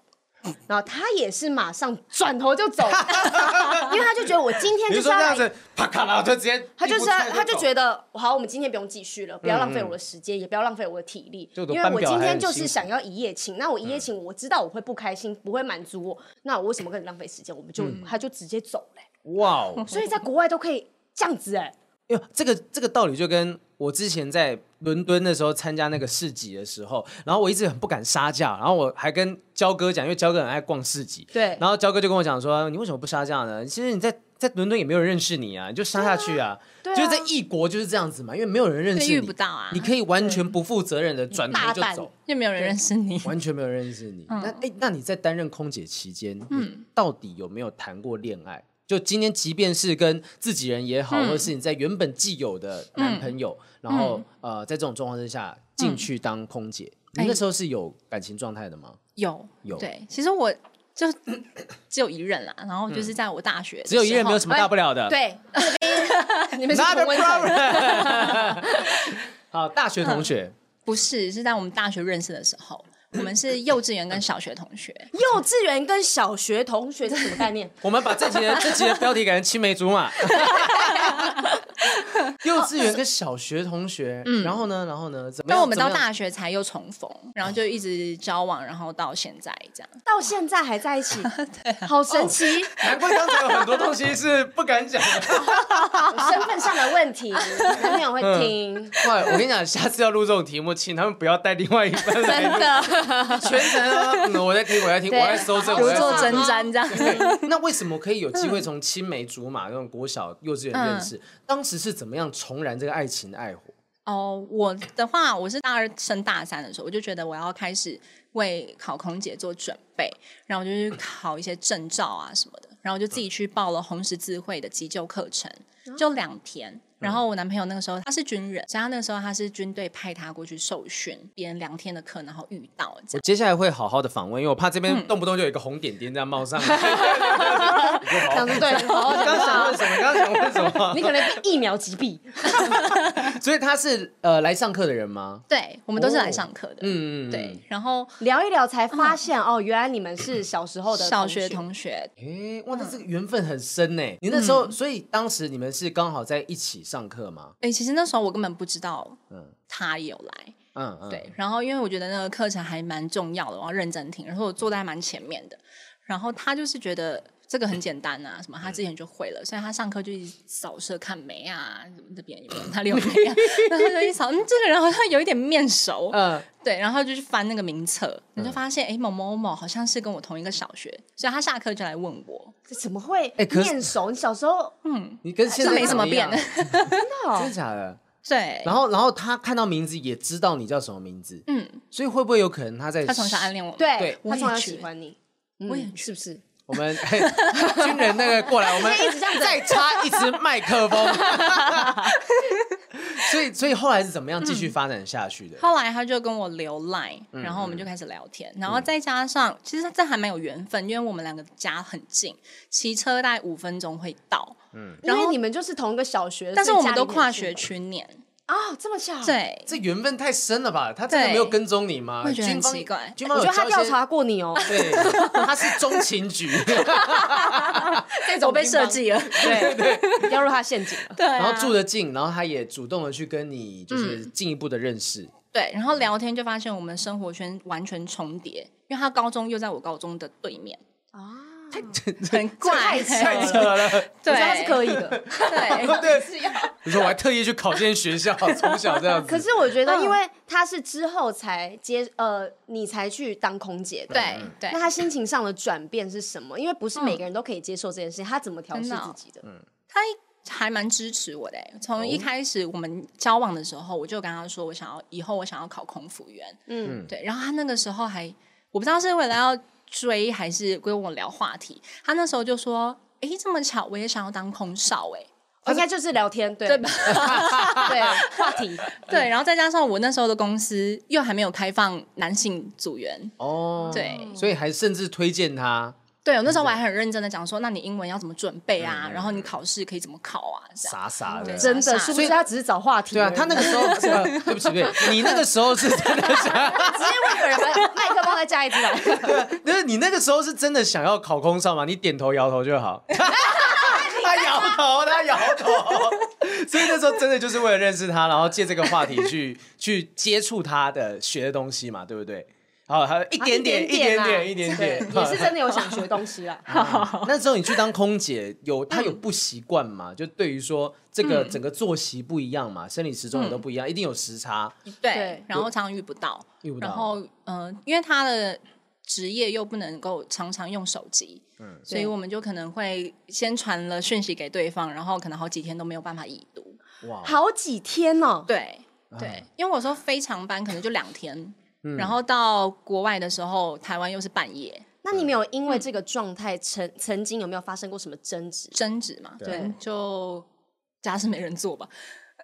然后她也是马上转头就走， 因为她就觉得我今天比就如是说要这样来子，啪咔啦，就直接，他就是要他就得觉得好，我们今天不用继续了，不要浪费我的时间，也不要浪费我的体力，嗯就我的因为班我表今还天很就辛是嗯想要一夜情。那我一夜情，我知道我会不开心，不会满足我，那我为什么跟你浪费时间？我们就嗯他就直接走嘞。哇哦，所以在国外都可以这样子哎，因为这个这个道理就跟我之前在伦敦的时候参加那个市集的时候，然后我一直很不敢杀价，然后我还跟焦哥讲，因为焦哥很爱逛市集，对然后焦哥就跟我讲说，你为什么不杀价呢？其实你在在伦敦也没有人认识你啊，你就杀下去啊，对啊就是在异国就是这样子嘛，因为没有人认识对你，遇不到啊你可以完全不负责任的转头大就胆嗯走。又没有人认识你。完全没有认识你。那哎、那你在担任空姐期间，嗯，到底有没有谈过恋爱？就今天，即便是跟自己人也好，嗯或者是你在原本既有的男朋友，然后、嗯呃，在这种状况之下进去当空姐，哎你那时候是有感情状态的吗？有有对，其实我就 只有一任啦，然后就是在我大学的嗯只有一时任，没有候哎什么大不了的。对，你们是 Not 同 a 温层 problem。好， 大学同学，不是是在我们大学认识的时候，我们是幼稚园跟小学同学，幼稚园跟小学同学这什么概念？ 我们把这集的这集的标题改成青梅竹马。幼稚园跟小学同学，嗯然后呢，然后呢？怎么样但我们怎么到样大学才又重逢，然后就一直交往，然后到现在这样。到现在还在一起，好神奇，难怪刚才有很多东西是不敢讲 的。身份上的问题，男朋友会嗯听，哇，我跟你讲，下次要录这种题目，请他们不要带另外一半来真录，的。全程啊，嗯我在听，我在哎听，我在对搜证，好好我如在搜坐好证针毡这样。对那为什么可以有机会从青梅竹马那种国小、幼稚嗯园认识？当时是怎么样重燃这个爱情的爱火？哦，我的话，我是大二升大三的时候，我就觉得我要开始为考空姐做准备，然后我就去考一些证照啊什么的，然后我就自己去报了红十字会的急救课程，就两天。然后我男朋友那个时候他是军人，所以他那个时候他是军队派他过去受训，别人两天的课，然后遇到这我样。接下来会好好的访问，因为我怕这嗯边动不动就有一个红点点这样冒上来。 讲的对，好好刚刚想讲问。什么？刚刚想问什么？你可能被疫苗击毙， 所以他是呃来上课的人吗？对，我们都是哦来上课的，嗯嗯嗯对。然后聊一聊才发现、哦，原来你们是小时候的小学同学。同学，哎，嗯哇，那这个缘分很深呢。你那时候，所以当时你们是刚好在一起上课吗？哎、其实那时候我根本不知道嗯他有来，嗯嗯，对。然后因为我觉得那个课程还蛮重要的，我要认真听，然后我坐在蛮前面的。然后他就是觉得这个很简单啊，什么他之前就会了，所以他上课就一直扫射看眉啊，什么这边有没有哪里有眉啊，然后就一扫，嗯，这个人好像有一点面熟，嗯，对，然后就去翻那个名册，你就发现哎、诶某某某好像是跟我同一个小学，所以他下课就来问我，这怎么会哎可是面熟？你小时候你跟现在这没什么长一样变 真的、 真的假的？对，然后，然后他看到名字也知道你叫什么名字，嗯，所以会不会有可能他在他从小暗恋我，对对我他也从小觉喜得欢你，我也嗯是不是？我们、哎军人那个过来，我们一直这样子再插一支麦克风， 所以所以后来是怎么样继续发展下去的？后来他就跟我留 line，然嗯后我们就开始聊天，然后再加上其实这还蛮有缘分，因为我们两个家很近，骑车大概五分钟会到，因为你们就是同一个小学，但是我所们以都家里跨面住学区念，啊，这么巧，，对，这缘分太深了吧？他真的对没有跟踪你吗？我也觉得很军方奇怪军方我有觉得他交一些调查过你哦，对，他是中情局，这我种被地设方计了，对对，掉入他陷阱了。对啊、然后住得近，然后他也主动的去跟你就是进一步的认识，对，然后聊天就发现我们生活圈完全重叠，因为他高中又在我高中的对面啊，很怪，太扯了扯了。对，我觉得他是可以的， 对，你说我还特意去考这间学校，从小这样子。可是我觉得，因为他是之后才接，呃，你才去当空姐的，对对那，他心情上的转变是什么？因为不是每个人都可以接受这件事情，他怎么调试真的哦自己的？他还蛮支持我的欸、从一开始我们交往的时候，我就跟他说我想要以后我想要考空服员，嗯嗯，对，然后他那个时候还我不知道是为了要追还是跟我聊话题，他那时候就说，诶，这么巧我也想要当空少、欸，应该就是聊天，对对吧？对，话题对，然后再加上我那时候的公司又还没有开放男性组员，哦，对所以还甚至推荐他对，我那时候我还很认真的讲说，那你英文要怎么准备啊？然后你考试可以怎么考啊？这傻样傻的对。真的，傻是不是他只是找话题对而啊，已？他那个时候，呃对不起，对不起，你那个时候是真的 想，直接问个人，把 麦克风再加一支来。不是你那个时候是真的想要考空少吗？你点头摇头就好。他摇头，他摇头，所以那时候真的就是为了认识他，然后借这个话题去去接触他的学的东西嘛，对不对？好，还有 一点 点，一点啊点，一点点，对也是真的有想学东西 啦。那时候你去当空姐，有她有不习惯吗？就对于说这个整个作息不一样嘛，生理时钟也都不一样，一定有时差。对，对然后常常遇不到，遇不到然后嗯、呃因为他的职业又不能够常常用手机，嗯，所以对我们就可能会先传了讯息给对方，然后可能好几天都没有办法已读，哇， 好几天啊哦，对对，因为我说非常班可能就两天，嗯然后到国外的时候，台湾又是半夜那你们有因为这个状态曾曾经有没有发生过什么争执？争执嘛，对，就家事没人做吧，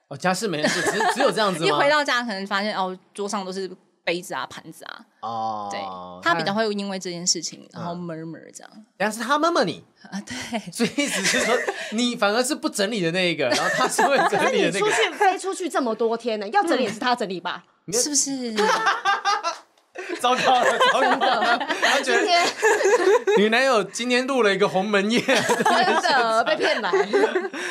哦，家事没人做，只只有这样子吗？一回到家可能发现哦，桌上都是杯子啊、盘子啊，哦，嗯对、他比较会因为这件事情然后 murmur 这样但是他妈妈你， 啊，对。 所以只是说你反而是不整理的那一个，然后他是会整理你的那出个。 去飞出去这么多天 呢，要整理也是他整理吧？是 不是？糟糕了，糟糕了，他觉得今天女男友今天录了一个鸿门宴。 真的被骗来，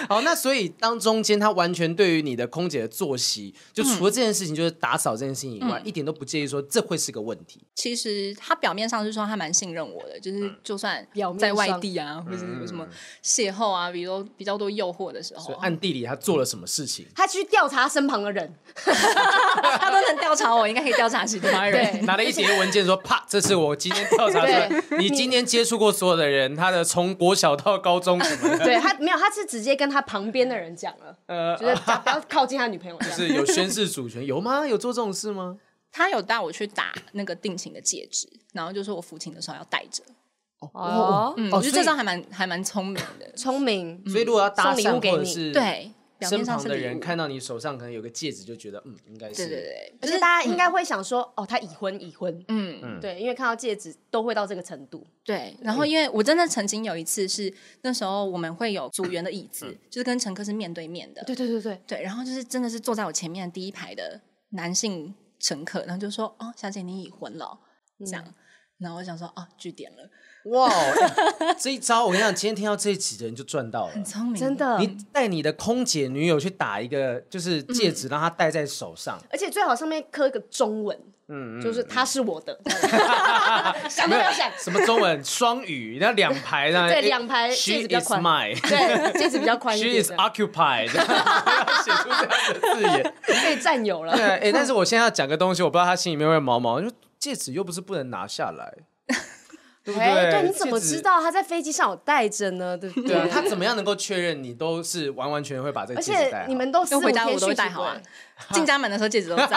好，那所以当中间他完全对于你的空姐的作息，就除了嗯这件事情，就是打扫这件事情以外，一点都不介意说这会是个问题。其实他表面上是说他蛮信任我的，就是嗯就算表面在外上地啊，或者是有什么邂逅啊，比如比较多诱惑的时候所以啊， 暗地里他做了什么事情？ 他去调查身旁的人，他都能调查我，应该可以调查其他对人。拿了一叠文件说：“啪，这是我今天调查出来，你今天接触过所有的人，他的从国小到高中什么的，对他没有，他是直接跟他旁边的人讲了，嗯呃，就是讲不要靠近他女朋友这样。是有宣誓主权，有吗？有做这种事吗？ 他有带我去打那个定情的戒指，然后就说我服勤的时候要戴着。哦，嗯，哦我觉所得以这招还蛮还蛮聪明的。聪明，所以如果要搭送礼讪物给你或者是对，表面身上旁是的礼人物看到你手上可能有个戒指，就觉得嗯，应该是对对对，而且大家应该会想说，哦，他已婚已婚，嗯，对，因为看到戒指都会到这个程度，对，然嗯后因为我真的曾经有一次是那时候我们会有组员的椅子，嗯就是跟乘客是面对面的，对对对对，对，然后就是真的是坐在我前面第一排的男性乘客，然后就说：“哦，小姐你已婚了哦。”这样，然后我想说：“哦，据点了，哇，哎这一招我跟你讲，今天听到这一集的人就赚到了。”聪明，真。的。你带你的空姐女友去打一个就是戒嗯指，让她戴在手上，而且最好上面刻一个中文，嗯，就是他是 我的，没想都不有 要想，什么中 文双语，那两排呢？对两排 She 戒指比较 is 宽 mine, 对，戒指比较宽一 she 点 is 的， occupied，写出这样的字眼。可以占有了对，。哎，但是我现在要讲个东西，我不知道她心里面会毛毛，就戒指又不是不能拿下来，对不对，哎，对，你怎么戒指知？道他在飞机上有戴着呢？对不 对啊，对？她怎么样能够确认你都是完完全全会把这个而戒指戴且好？你们都四跟五回家天我都讯息会带好啊，进家门的时候戒指都在。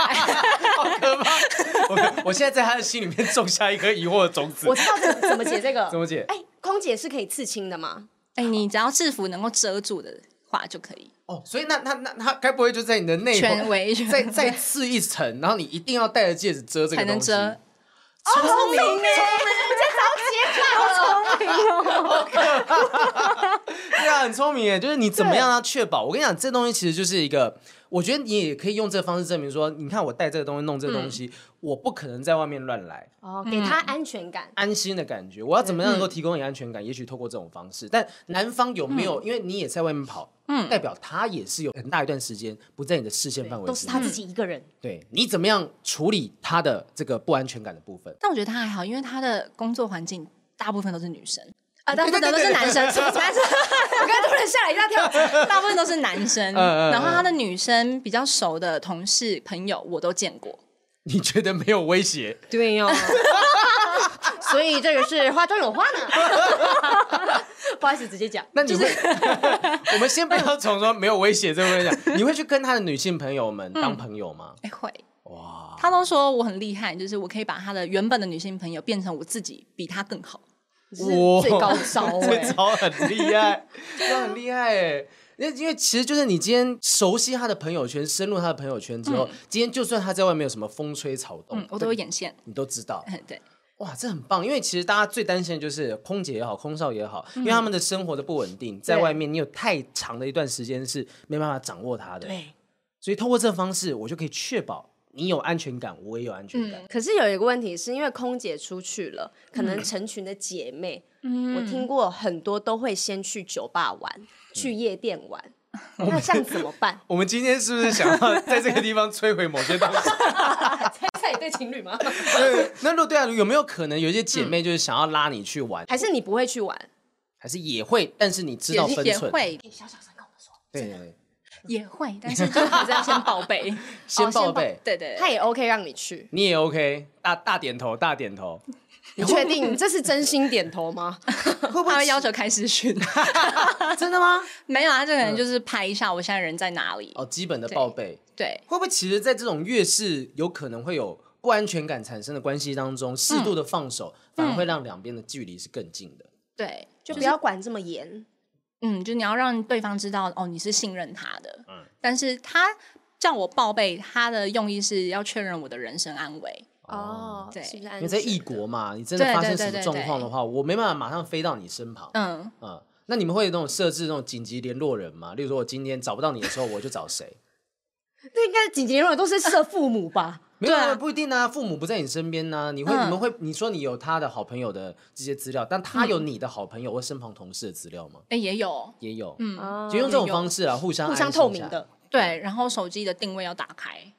好可怕！ 我我现在在她的心里面种下一颗疑惑的种子我。知道这个怎么解这 个，怎么解 哎，空姐是可以刺青的嘛？哎，你只要制服能够遮住的话就可以，哦，所以那那那他该不会就在你的内全裤围 再再次一层，然后你一定要戴着戒指遮这 才个能东西？遮。聪明对啊，很聪明耶！就是你怎么样要确保？我跟你讲，这东西其实就是一个，我觉得你也可以用这方式证明说，你看我带这个东西弄这个东西，我不可能在外面乱来，哦，给他安全感。安心的感觉。我要怎么样嗯能够提供你安全感？也许透过这种方式。但男方有没嗯有？因为你也在外面跑，嗯，代表他也是有很大一段时间不在你的视线范围嗯都是之他内。自己一个人，对，你怎么样处理他的这个不安全感的部分？ 但我觉得他还好，因为他的工作环境大部分都是女生啊，大对部分都对对对是男生，什么 男生？我刚才突然吓了一大跳，大部分都是男生。嗯嗯然后他的女生比较熟的同事朋友我都见过，你觉得没有威胁？对哦呀、 所以这个是话中有话呢。 不好意思，直接讲，那你会， 我们先不要从说没有威胁这个问题 讲，你会去跟他的女性朋友嗯们当朋友吗？哎会。哇，他都说我很厉害，就是我可以把他的原本的女性朋友变成我自己比他更好。是哇最高招这哎。招很厉 害，这招很厉害哎。因为因为其实就是你今天熟悉他的朋友圈，深入他的朋友圈之后，今天就算他在外面有什么风吹草动，嗯，我都有眼线。 你都知道。嗯，对，哇，这很棒，因为其实大家最担心的就是空姐也好，空少也好，因嗯为他们的生活的不稳定，在外面你有太长的一段时间是没办法掌握他的。对，所以透过这方式，我就可以确保你有安全感，我也有安全嗯感。可是有一个问题，是因为空姐出去了，可能成群的姐妹，嗯我听过很多都会先去酒吧玩，去夜店玩，那这样怎么 办？我们今天是不是想要在这个地方摧毁某些东西？在一对情侣吗？对那如果对啊，有没有可能有一些姐妹就是想要拉你去玩，还是你不会去玩？还是也会，但是你知道分也寸，会对对对，也会，但是就是还是要先 报备。先哦报备，对对， 他也 OK 让你 去，你也 OK，大大点头，大点头。你确定这是真心点头吗？会不他会会要求开视讯。 真的吗？没有啊，他这个嗯人就是拍一下我现在人在哪里。哦，基本的报备，对，会不会其实，在这种越是有可能会有不安全感产生的关系当中，适度的放手，反而会让两边的距离是更近的。对，就不要管这么严。嗯，就你要让对方知道哦，你是信任他的。嗯但是他叫我报备，他的用意是要确认我的人身安危。哦，对是不是因安为全？在异国嘛，你真的发生什么状况的话，我没办法马上飞到你身旁。嗯，嗯，那你们会有那种设置那种紧急联络人吗？例如说，我今天找不到你的时候，我就找谁？那应该紧急联络人都是设父 母吧？没有、对啊不一定啊，父母不在你身边呢、你会、嗯你们会你说你有他的好朋友的这些资料，但他有你的好朋友或身旁同事的资料吗？哎，也有，也有，嗯，哦就用这种也有方式啊，互相嗯互相安心透一下明的，对。然后手机的定位要打开。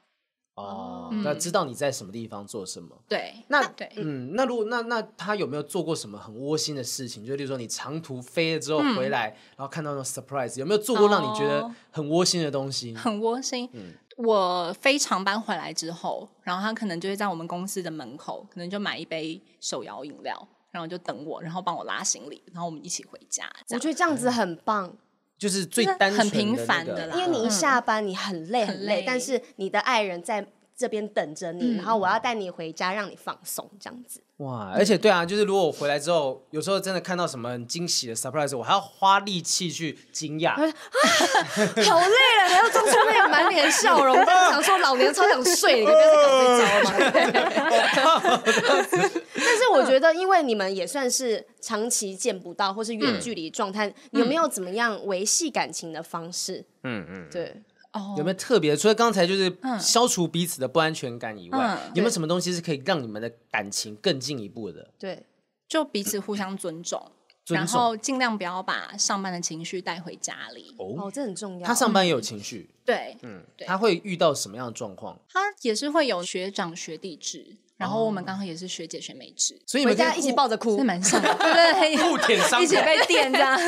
哦，那知道你在什么地方做什么。对，那嗯对，嗯，那如果那那他有没有做过什么很窝心的事情？就例如说你长途飞了之后回来，然后看到那种 surprise，有没有做过让你觉得嗯哦很窝心的东西？很窝心。嗯我飞长班回来之后，然后他可能就会在我们公司的门口，可能就买一杯手摇饮料，然后就等我，然后帮我拉行李，然后我们一起回家。我这样觉得这样嗯子很棒，就是最那单纯的很平那凡个的啦因为你一下班你很累很很累嗯累，但是你的爱人在这边等着你，然后我要带你回家，让你放松，这样子。哇，而且对啊，就是如果我回来之后，有时候真的看到什么很惊喜的 surprise，我还要花力气去惊讶。好累啊了，还要装出那个满脸笑 容，想说老娘超想睡，你可不要再搞这招 嘛。但是我觉得，因为你们也算是长期见不到，或是远距离状态，有没有怎么样维系感情的方式？嗯嗯，对，哦有没有特别？除了刚才就是消除彼此的不安全感以外，嗯有没有什么东西是可以让你们的感情更进一步的？对，就彼此互相尊重， 尊然重后尽量不要把上班的情绪带回家里。哦，这很重要。他上班也有情绪，对，对他会遇到什么样的状况？他也是会有学长学弟制，然后我哦们刚好也是学姐学妹制，所以你回们家可以一起互抱着哭是，蛮 像的，对对互舔伤对，一起口。被电 这样。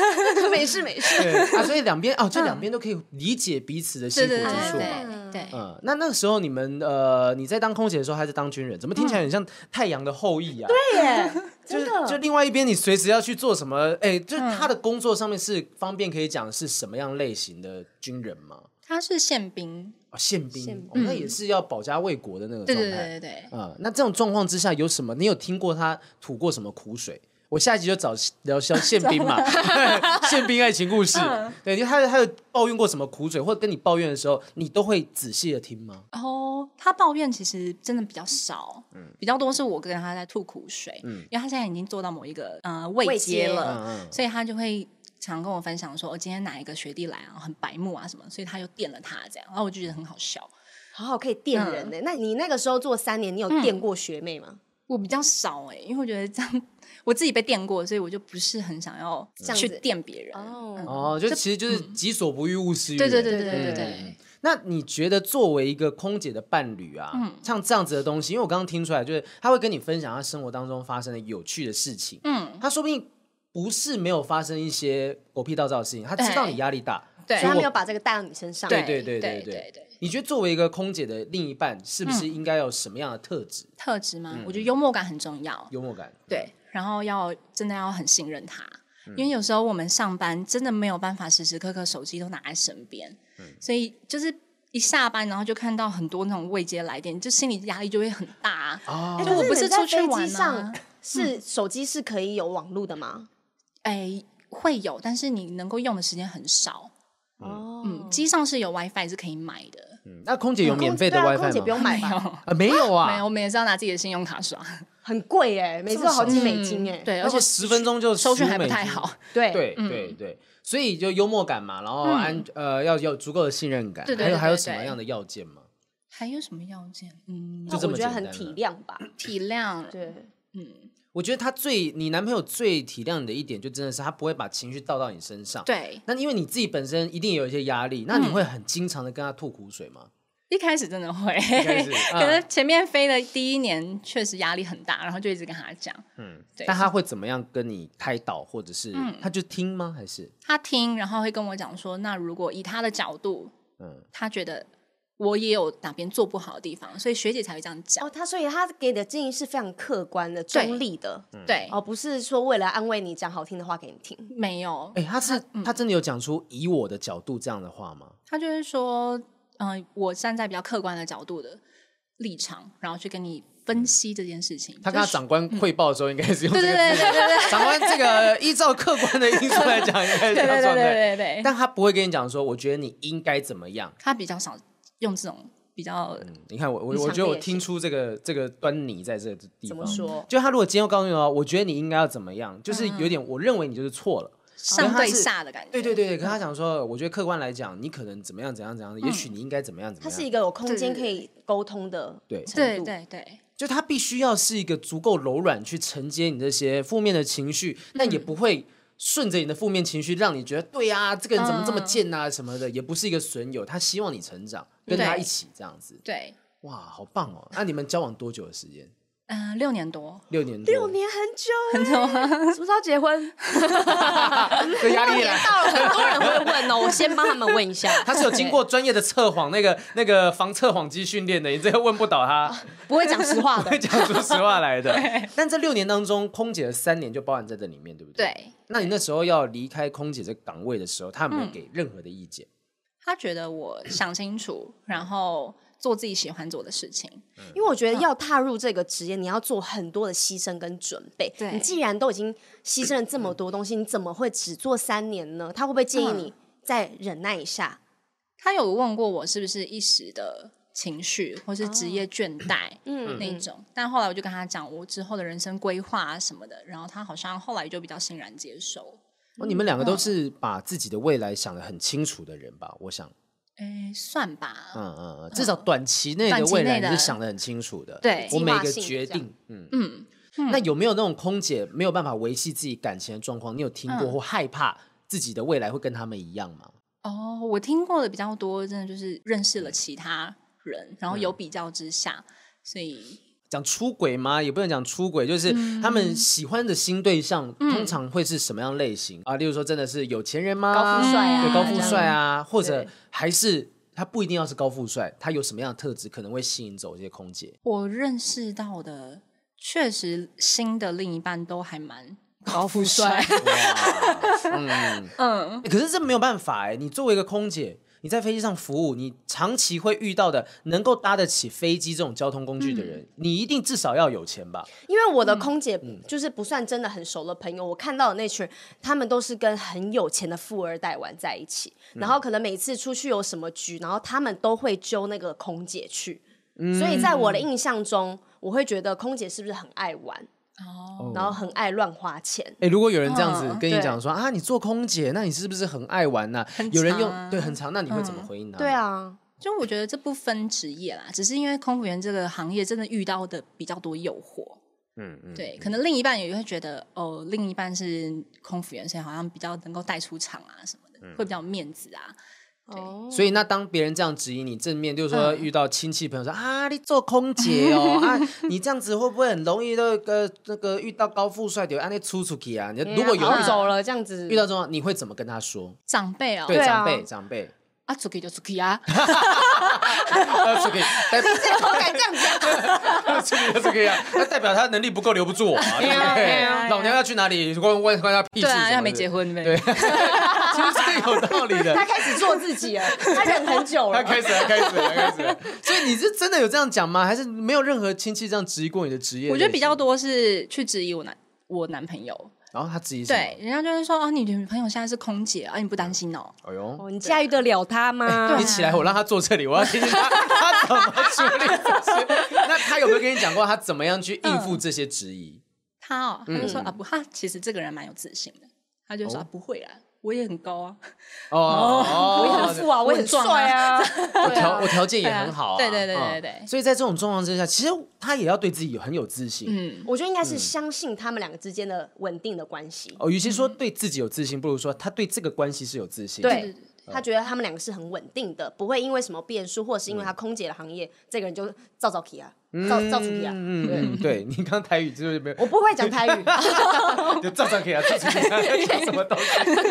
没事没事。对啊，所以两边哦，这两边都可以理解彼此的辛对苦对之对处嘛。对对，嗯，那那个时候你们呃，你在当空姐的时候还是当军人，怎么听起来很像太阳的后裔啊？对 耶，就是就另外一边你随时要去做什么？哎，就是嗯他的工作上面是方便可以讲是什么样类型的军人吗？他是宪兵，嗯哦，宪兵宪，哦那也是要保家卫国的那个对状对态嗯对对。对，啊、那这种状况之下有什么？你有听过他吐过什么苦水？我下一集就找聊肖宪兵 嘛，宪兵爱情故事。嗯对，因为他他有抱怨过什么苦水，或者跟你抱怨的时候，你都会仔细的听吗？然后他抱怨其实真的比较少，比较多是我跟他在吐苦水，因为他现在已经做到某一个呃位位阶阶了，嗯嗯，所以他就会常跟我分享说，我、今天哪一个学弟来啊，很白目啊什么，所以他又电了他这样，然后我就觉得很好笑。好好可以电人嗯呢、那你那个时候做三年，你有电过学妹吗？我比较少哎、因为我觉得这样我自己被电过，所以我就不是很想要这样去子电别人。哦，哦，就其实就是己所不欲，勿施于嗯对人。对对对对对嗯对，那你觉得作为一个空姐的伴侣啊，嗯像这样子的东西，因为我刚刚听出来，就是他会跟你分享他生活当中发生的有趣的事情，嗯，他说不定不是没有发生一些狗屁倒灶的事情，他知道你压力大，对所所以他以没有我把这个带到你身上。对对对对对对对你觉得作为一个空姐的另一半，是不是嗯应该有什么样的特质？特质吗？我觉得幽默感很重要。幽默感，对，然后要真的要很信任他，嗯因为有时候我们上班真的没有办法时时刻刻手机都拿在身边，嗯所以就是一下班然后就看到很多那种未接来电，就心理压力就会很大啊。啊哎哎，就我不是出去可是玩你在飞机啊上，是手机是可以有网络的吗？哎，会有，但是你能够用的时间很少。哦，嗯，机上是有 WiFi 是可以买的，嗯那空姐有免费的空对啊 WiFi 空姐不吗？用买吧？有。啊，没有啊， 没有，我们也是要拿自己的信用卡刷，很贵哎，每次都好几美金哎。嗯对，而而且且十分钟就收讯15还不美太金好，嗯对 对对对，所以就幽默感嘛，然后安呃要有足够的信任感，对对还有对还有对什么对样的要件吗？还有什么要件？嗯，就那这么我觉得简很单体了谅吧。体谅，对，我觉得他最你男朋友最体谅你的一点，就真的是他不会把情绪倒到你身上。，对，嗯那因为你自己本身一定有一些压力，那你会很经常的跟他吐苦水吗？一开始真的会，开始嗯 可是前面飞的第一年确实压力很大，然后就一直跟他讲，嗯，对但他会怎么样跟你开导，或者是嗯他就听吗？还是他听，然后会跟我讲说，那如果以他的角度，嗯，他觉得我也有哪边做不好的地方，所以学姐才会这样讲。哦，他所以他给的建议是非常客观的、对中立的，嗯对，哦，不是说为了安慰你讲好听的话给你听。没有，哎、他是嗯他真的有讲出以我的角度这样的话吗？他就是说，嗯、我站在比较客观的角度的立场，然后去跟你分析这件事情。他跟他就是嗯长官汇报的时候，应该是用对这对个对字对对对长官这个依照客观的因素来讲，应该是这对对样对状态。对对对，但他不会跟你讲说，我觉得你应该怎么样。他比较少用这种比较你看我我你我想觉得我的也听出这个这个端倪在这个地方。怎么说？就他如果今天告诉你哦，我觉得你应该要怎么样，就是嗯有点我认为你就是错了。上对是下的感觉。对对对对，跟他讲说，我觉得客观来讲，你可能怎么样怎样怎样，也许你应该怎么样怎嗯他么是样。一个有空间对对可以沟通的对程对度。对对。就他必须要是一个足够柔软去承接你这些负面的情绪，但嗯也不会顺着你的负面情绪让你觉得对啊，这个人怎么这么嗯贱啊什么的，也不是一个损友，他希望你成长，跟他一起这样子。对，哇，好棒哦！那你们交往多久的时间？嗯，六年多，六年多，六年很久很多哎， 什么时候结婚？这压力六也年来。到了，很多人会问哦，我先帮他们问一下。他是有经过专业的测谎，那个那个防测谎机训练的，你这个问不倒他，不会讲实哦话不的会，讲出实话来的。但这六年当中，空姐的三年就包含在这里面，对不对？。对那你那时候要离开空姐这个岗位的时候，他有嗯没有给任何的意见？他觉得我想清楚，然后做自己喜欢做的事情。因为我嗯觉得要踏入这个职业，你要做很多的牺牲跟准备。对嗯你既然都已经牺牲了这么多东西，你怎么会只做三年呢？他会不会建议你再忍耐一下？他有问过我是不是一时的情绪或是职业倦怠哦嗯那种，但后来我就跟他讲我之后的人生规划啊什么的，然后他好像后来就比较欣然接受。哦，你们两个嗯都是把自己的未来想得很清楚的人吧？我想，哎，算吧，嗯嗯，嗯，至少短期内的短期未来内的你是想得很清楚的。对我每计个划性决这样定，嗯嗯。那有没有那种空姐没有办法维系自己感情的状况？你有听过嗯或害怕自己的未来会跟他们一样吗？哦，我听过的比较多，真的就是认识了其他人，然后有比较之下，所以讲出轨吗？也不能讲出轨，就是嗯他们喜欢的新对象通常会是什么样类型啊？例如说，真的是有钱人吗？高富帅啊对，高富这样帅啊，或者对还是他不一定要是高富帅，他有什么样的特质可能会吸引走这些 空姐？我认识到的，确实新的另一半都还蛮高富帅，嗯，可是这没有办法哎，你作为一个空姐，你在飞机上服务，你长期会遇到的能够搭得起飞机这种交通工具的人，你一定至少要有钱吧？因为嗯我的空姐就是不算真的很熟的朋友，我看到的那群，他们都是跟很有钱的富二代玩在一起，然后可能每次出去有什么局，然后他们都会揪那个空姐去，所以在我的印象中，我会觉得空姐是不是很爱玩，哦然后很爱乱花钱。哎、如果有人这样子嗯跟你对讲说、啊，你做空姐，那你是不是很爱玩呐、很有人长用啊对很长，那你会怎么回应他、对，啊，就我觉得这不分职业啦，只是因为空服员这个行业真的遇到的比较多诱惑。嗯嗯，对，可能另一半也会觉得哦，另一半是空服员，所以好像比较能够带出场啊什么的，嗯会比较有面子啊。哦所以那当别人这样质疑你正面，就是说遇到亲戚朋友说、啊，你做空姐哦，啊，你这样子会不会很容易那个那个遇到高富帅就按那出出去啊？你如果有然后遇到走了这样子， 遇到这种，你会怎么跟他说？长辈哦，对，嗯对啊长辈长辈，啊，出去就出去 啊， 啊出去，代表这口感这样子，出去就这个样，那代表他能力不够留不住我啊，对不哎呀哎对呀？老娘要去哪里关关关他屁事？对啊，什么因为还的没结，婚呗。对，其实这个有道理的他。开始做自己了，他忍很 久他了。开始了，开始了，开始了。所以你是真的有这样讲吗？还是没有任何亲戚这样质疑过你的职业类型？我觉得比较多是去质疑我男我男朋友，然后他质疑什么对，，人家就会说哦，你女朋友现在是空姐啊，你不担心哦？哎呦，哦你驾驭得了他吗你？起来，我让他坐这里，我要听听他他怎么处理这些。那他有没有跟你讲过他怎么样去应付这些质疑？他哦，他就说、嗯啊不，他其实这个人蛮有自信的，他就说、哦啊不会啊，我也很高啊，哦，我也很富啊，我也很帅啊， 我对条啊我条件也很好啊，对对对嗯对对所以在这种状况之下，其实他也要对自己有很有自信。嗯，我觉得应该是相信他们两个之间的稳定的关系。哦，与其说对自己有自信，不如说他对这个关系是有自信。对，他觉得他们两个是很稳定的，不会因为什么变数，或是嗯因为他空姐的行业，这个人就造造 k 啊，造造出 k 啊。嗯，嗯，对你刚台语就是 没我有，不会讲台语， 就照常给他照常给他 讲什么东西。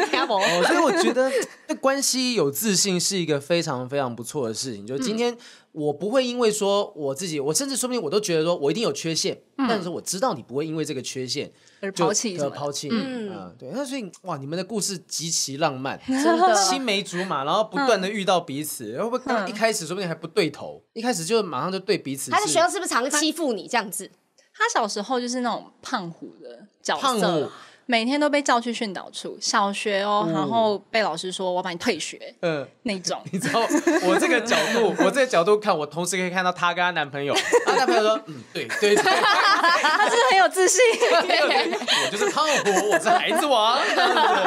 听不懂哦，所以我觉得对关系有自信是一个非常非常不错的事情。嗯就是今天我不会因为说我自己，我甚至说不定我都觉得说我一定有缺陷，但是我知道你不会因为这个缺陷嗯而就抛弃什就么的抛弃你。嗯，对。那所以哇，你们的故事极其浪 漫，真的嗯青梅竹马，然后不断的遇到彼此，会不会刚一开始说不定还不对头，一开始就马上就对彼此他在是学校是不是常欺负你这样子？他小时候就是那种胖虎的角胖色虎，每天都被叫去训导处。小学哦，然后被老师说我把你退学嗯。。那种 你知道我这个角 度，我这个角度看，我同时可以看到她跟她男朋友，她男朋友说，嗯，对对对， 他是很有自信，我就是胖虎，我是孩子王。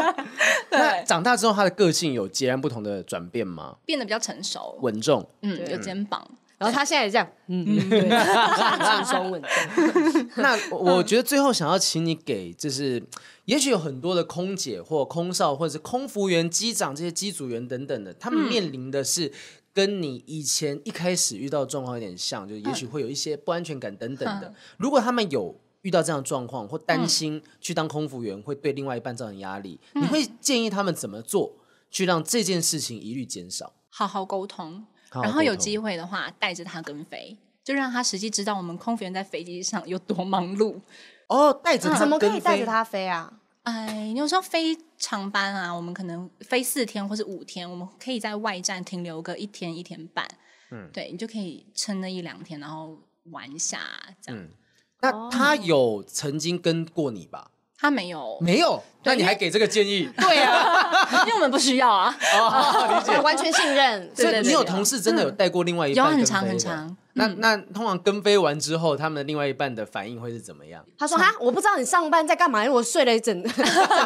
那长大之后，他的个性有截然不同的转变吗？变得比较成熟，稳重，嗯，有肩膀。然后他现在也这样，嗯，对，轻松稳重。 那我嗯我觉得最后想要请你给，就是也许有很多的空姐或空少，或者是空服员、机长这些机组员等等的，他嗯们面临的是。跟你以前一开始遇到的状况有点像，嗯就是也许会有一些不安全感等等的。如果他们有遇到这样的状况，或担心嗯去当空服员会对另外一半造成压力，你会建议他们怎么做，去让这件事情一律减少？嗯好好沟通，好好然后有沟通机会的话，带着他跟飞，就让他实际知道我们空服员在飞机上有多忙碌。哦，带着他、怎么可以带着？嗯他飞啊？哎，你有时候飞长班啊，我们可能飞四天或是五天，我们可以在外站停留个一天一天半，嗯，对你就可以撑那一两天，然后玩一下这样。那哦他有曾经跟过你吧？他没有，没有，那你还给这个建议？对啊，因为我们不需要啊。 哦，理解。完全信任，所对以对嗯你有同事真的有带过另外一有半跟很飞长的很长。嗯那那通常跟飞完之后，他们的另外一半的反应会是怎么样？他说哈，我不知道你上班在干嘛，因为我睡了一整整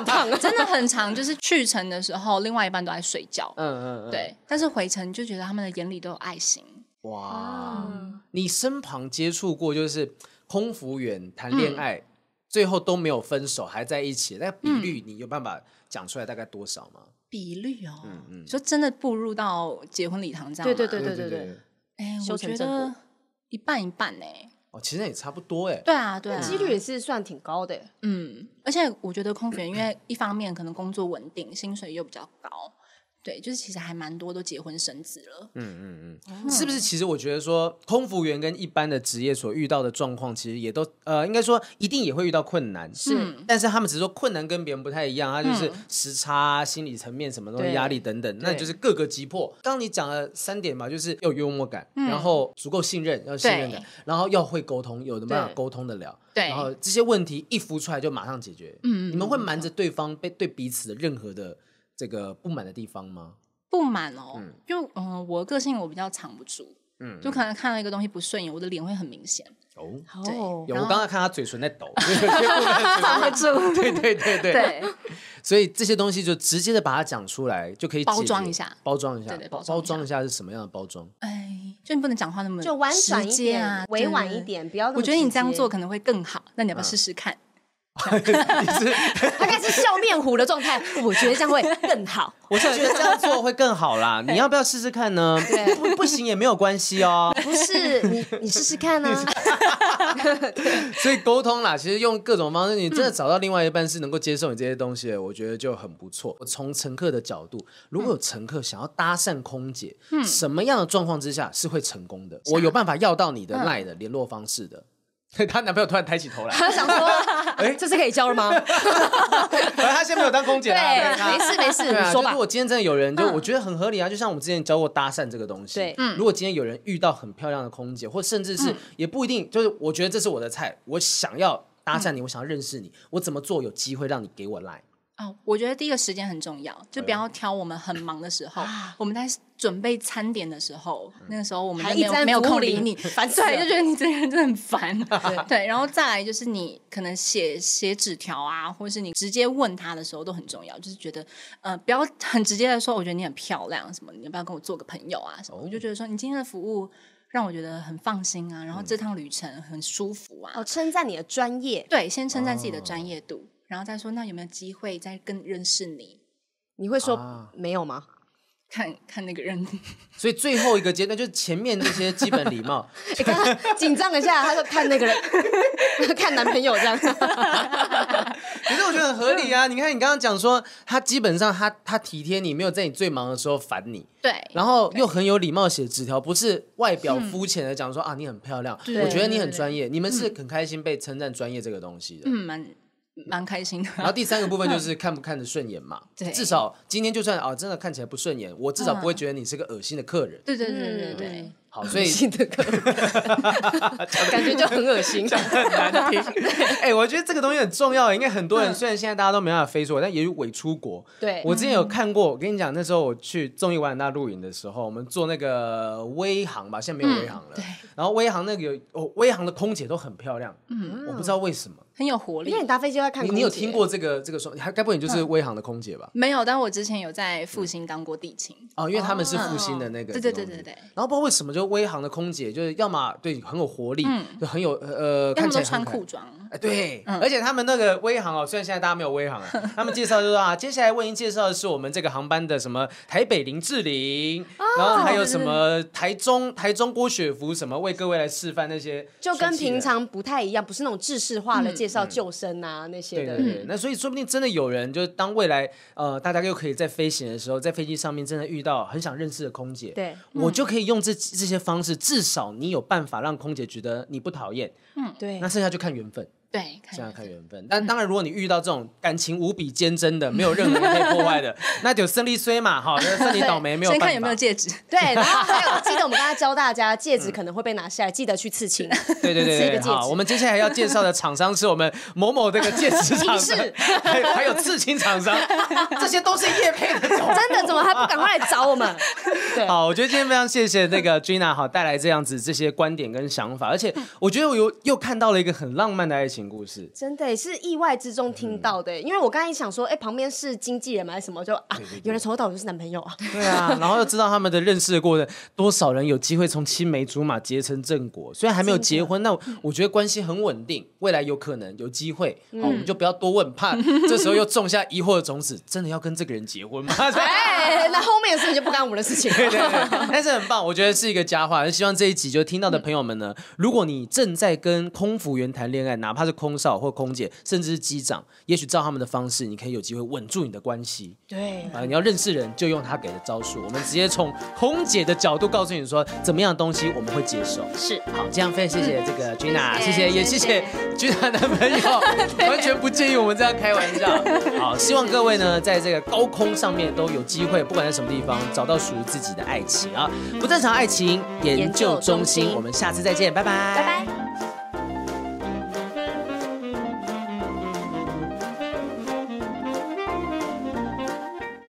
趟。真的很长，就是去程的时候，另外一半都在睡觉，嗯嗯嗯，，对，但是回程就觉得他们的眼里都有爱心，哇，你身旁接触过就是空服员谈恋嗯爱，最后都没有分手，还在一起，那比率你有办法讲出来大概多少吗？比率哦，就真的步入到结婚礼堂这样对吗，对对对对对，，哎，修我成觉正得一半一半呢、哦，其实也差不多哎。对啊，对啊，几率也是算挺高的。嗯，而且我觉得空服员，因为一方面可能工作稳定，薪水又比较高，对，就是其实还蛮多都结婚生子了。嗯嗯嗯，是不是？其实我觉得说，空服员跟一般的职业所遇到的状况，其实也都呃，应该说一定也会遇到困难，是。但是他们只是说困难跟别人不太一样，他就是时差啊、心理层面什么东西、对压力等等，那就是各个击破。刚刚你讲了三点嘛，就是要有幽默感，然后足够信任，要有信任感对，然后要会沟通，有的办法对沟通得了。对然后这些问题一浮出来就马上解决。嗯，你们会瞒着对方被对彼此的任何的这个不满的地方吗？不满哦，因为嗯、呃我个性我比较藏不住，嗯，就可能看到一个东西不顺眼，我的脸会很明显。哦，哦，有，然我后刚刚看他嘴唇在抖，藏不住。对对对对，对，所以这些东西就直接的把它讲出来，就可以解决包装一下包装一下，对对包包装一下装一下是什么样的包 装？哎，就你不能讲话那么就婉转一直接点，啊，委对婉一。点，不要那对么我觉得你这样直接做可能会更好，那你要不要试试看？他开始笑面虎的状态，我觉得这样会更好。我是觉得这样做会更好啦，你要不要试试看呢？不不行也没有关系哦。不是你，你试试看啊。 所以沟通啦，其实用各种方式，你真的找到另外一半是能够接受你这些东西的，我觉得就很不错。我从乘客的角度，如果有乘客想要搭讪空姐，什么样的状况之下是会成功的？我有办法要到你的赖的联络方式的。 她男朋友突然抬起 头来，他想说，哎，这是可以教了吗？反正她现在没有当空姐啦，没差没事没事，对啊，你就说如吧。果今天真的有人，就嗯我觉得很合理啊，就像我们之前教过搭讪这个东西。对，如果今天有人遇到很漂亮的空姐，或甚至嗯是也不一定，就是我觉得这是我的菜，我想要搭嗯讪你，我想要认识你，我怎么做有机会让你给我来？哦，我觉得第一个时间很重要，就不要挑我们很忙的时候，我们在准备餐点的时候，那个时候我们啊还就没一直在有没有服务空你理你，啊烦死对，了就觉得你这个人真的很烦。 对，然后再来就是你可能写写纸条啊，或是你直接问他的时候都很重要，就是觉得呃不要很直接的说，我觉得你很漂亮什么，你要不要跟我做个朋友啊什么？我就觉得说你今天的服务让我觉得很放心啊，然嗯后这趟旅程很舒服啊，哦，称赞你的专业，对，先称赞自己哦的专业度，然后再说那有没有机会再更认识你。你会啊说没有吗？ 看看那个人，所以最后一个阶段就是前面那些基本礼 貌，哎刚刚紧张了一下，他说看那个人， 看男朋友这样。可是我觉得很合理嗯啊。你看你刚刚讲说，他基本上他他体贴你，没有在你最忙的时候烦你，对，嗯然后又很有礼貌写纸条，不是外表肤浅的讲说啊你很漂亮，对我觉得你很对对专业，你们是很开心被称赞专业这个东西的。嗯，蛮蛮开心的。然后第三个部分就是看不看得顺眼嘛，对至少今天就算啊真的看起来不顺眼，我至少不会觉得你是个恶心的客人。对对对对对，好，所以 的歌，感觉就很恶心。难听。 哎，我觉得这个东西很重要，应该很多人虽然现在大家都没办法飞出国，但也有伪出国。 对我之前有看过，我跟你讲，那时候我去综艺瓦很大露营的时候，我们坐那个微航吧，现在没有微航了。然后微航那个有哦，微航的空姐都很漂亮，嗯，我不知道为什么。很有活力因为。你搭飞机要看你空你有姐听？过这个这个说，还该不会你就是微航的空姐吧？没有，但我之前有在复嗯兴当过地勤，哦，因为他们是复兴的那个、对对对对对然后不知道为什么，就微航的空姐就是要么对很有活力，就很有呃，看但嗯他们起都来穿很可爱裤。嗯装。哎，对，而且他们那个微航哦，虽然现在大家没有微航啊，他们介绍就说啊，接下来为您介绍的是我们这个航班的什么台北林志玲，哦然后还有什么台中台中郭雪芙什么，为各位来示范那些就跟机器人平常不太一样，不是那种制式化的介绍救生啊那些对的对。嗯对，那所以说不定真的有人，就是当未来呃大家又可以在飞行的时候，在飞机上面真的遇到很想认识的空姐，对，我就可以用这这些方式，至少你有办法让空姐觉得你不讨厌，对那剩下就看缘分，对，剩下看看缘分。但当然，如果你遇到这种感情无比坚贞的，没有任何人可以破坏的，那就胜利虽嘛哈，那胜利倒霉没有先 办法。看有没有戒指。对，然后还有，记得我们刚刚教大家，戒嗯指可能会被拿下来，记得去刺青。 对对对是一对，个戒好，指我们接下来要介绍的厂商是我们某某这个戒指厂商，还有还有刺青厂商，这些都是业配的种真的，怎么还不赶快来找我们？对，好，我觉得今天非常谢谢那个 Gina 好带来这样子这些观点跟想法，而且我觉得我又又看到了一个很浪漫的爱情故事。真的是意外之中听到的，因为我刚才想说，哎，旁边是经纪人嘛，还是什么？就啊，原来从头到尾就是男朋友啊。对啊，然后又知道他们的认识的过程，多少人有机会从青梅竹马结成正果，虽然还没有结婚，那我我觉得关系很稳定，未来有可能有机会，好，我们就不要多问，怕这时候又种下疑惑的种子，真的要跟这个人结婚吗？ 哎，那后面的事情就不干我们的事情了。对对对，但是很棒，我觉得是一个佳话。希望这一集就听到的朋友们呢，如果你正在跟空服员谈恋爱，哪怕是空少或空姐，甚至是机长，也许照他们的方式，你可以有机会稳住你的关系。对，啊，你要认识人，就用他给的招数。我们直接从空姐的角度告诉你说，怎么样的东西我们会接受。是好，这样非常谢谢这个 Gina，、谢谢谢也谢谢谢谢 Gina 的朋 友，完全不介意我们这样开玩笑。好，希望各位呢，在这个高空上面都有机会，不管在什么地方，找到属于自己的爱情啊！不正常爱情研究中研究中心，心我们下次再见，拜拜，拜拜。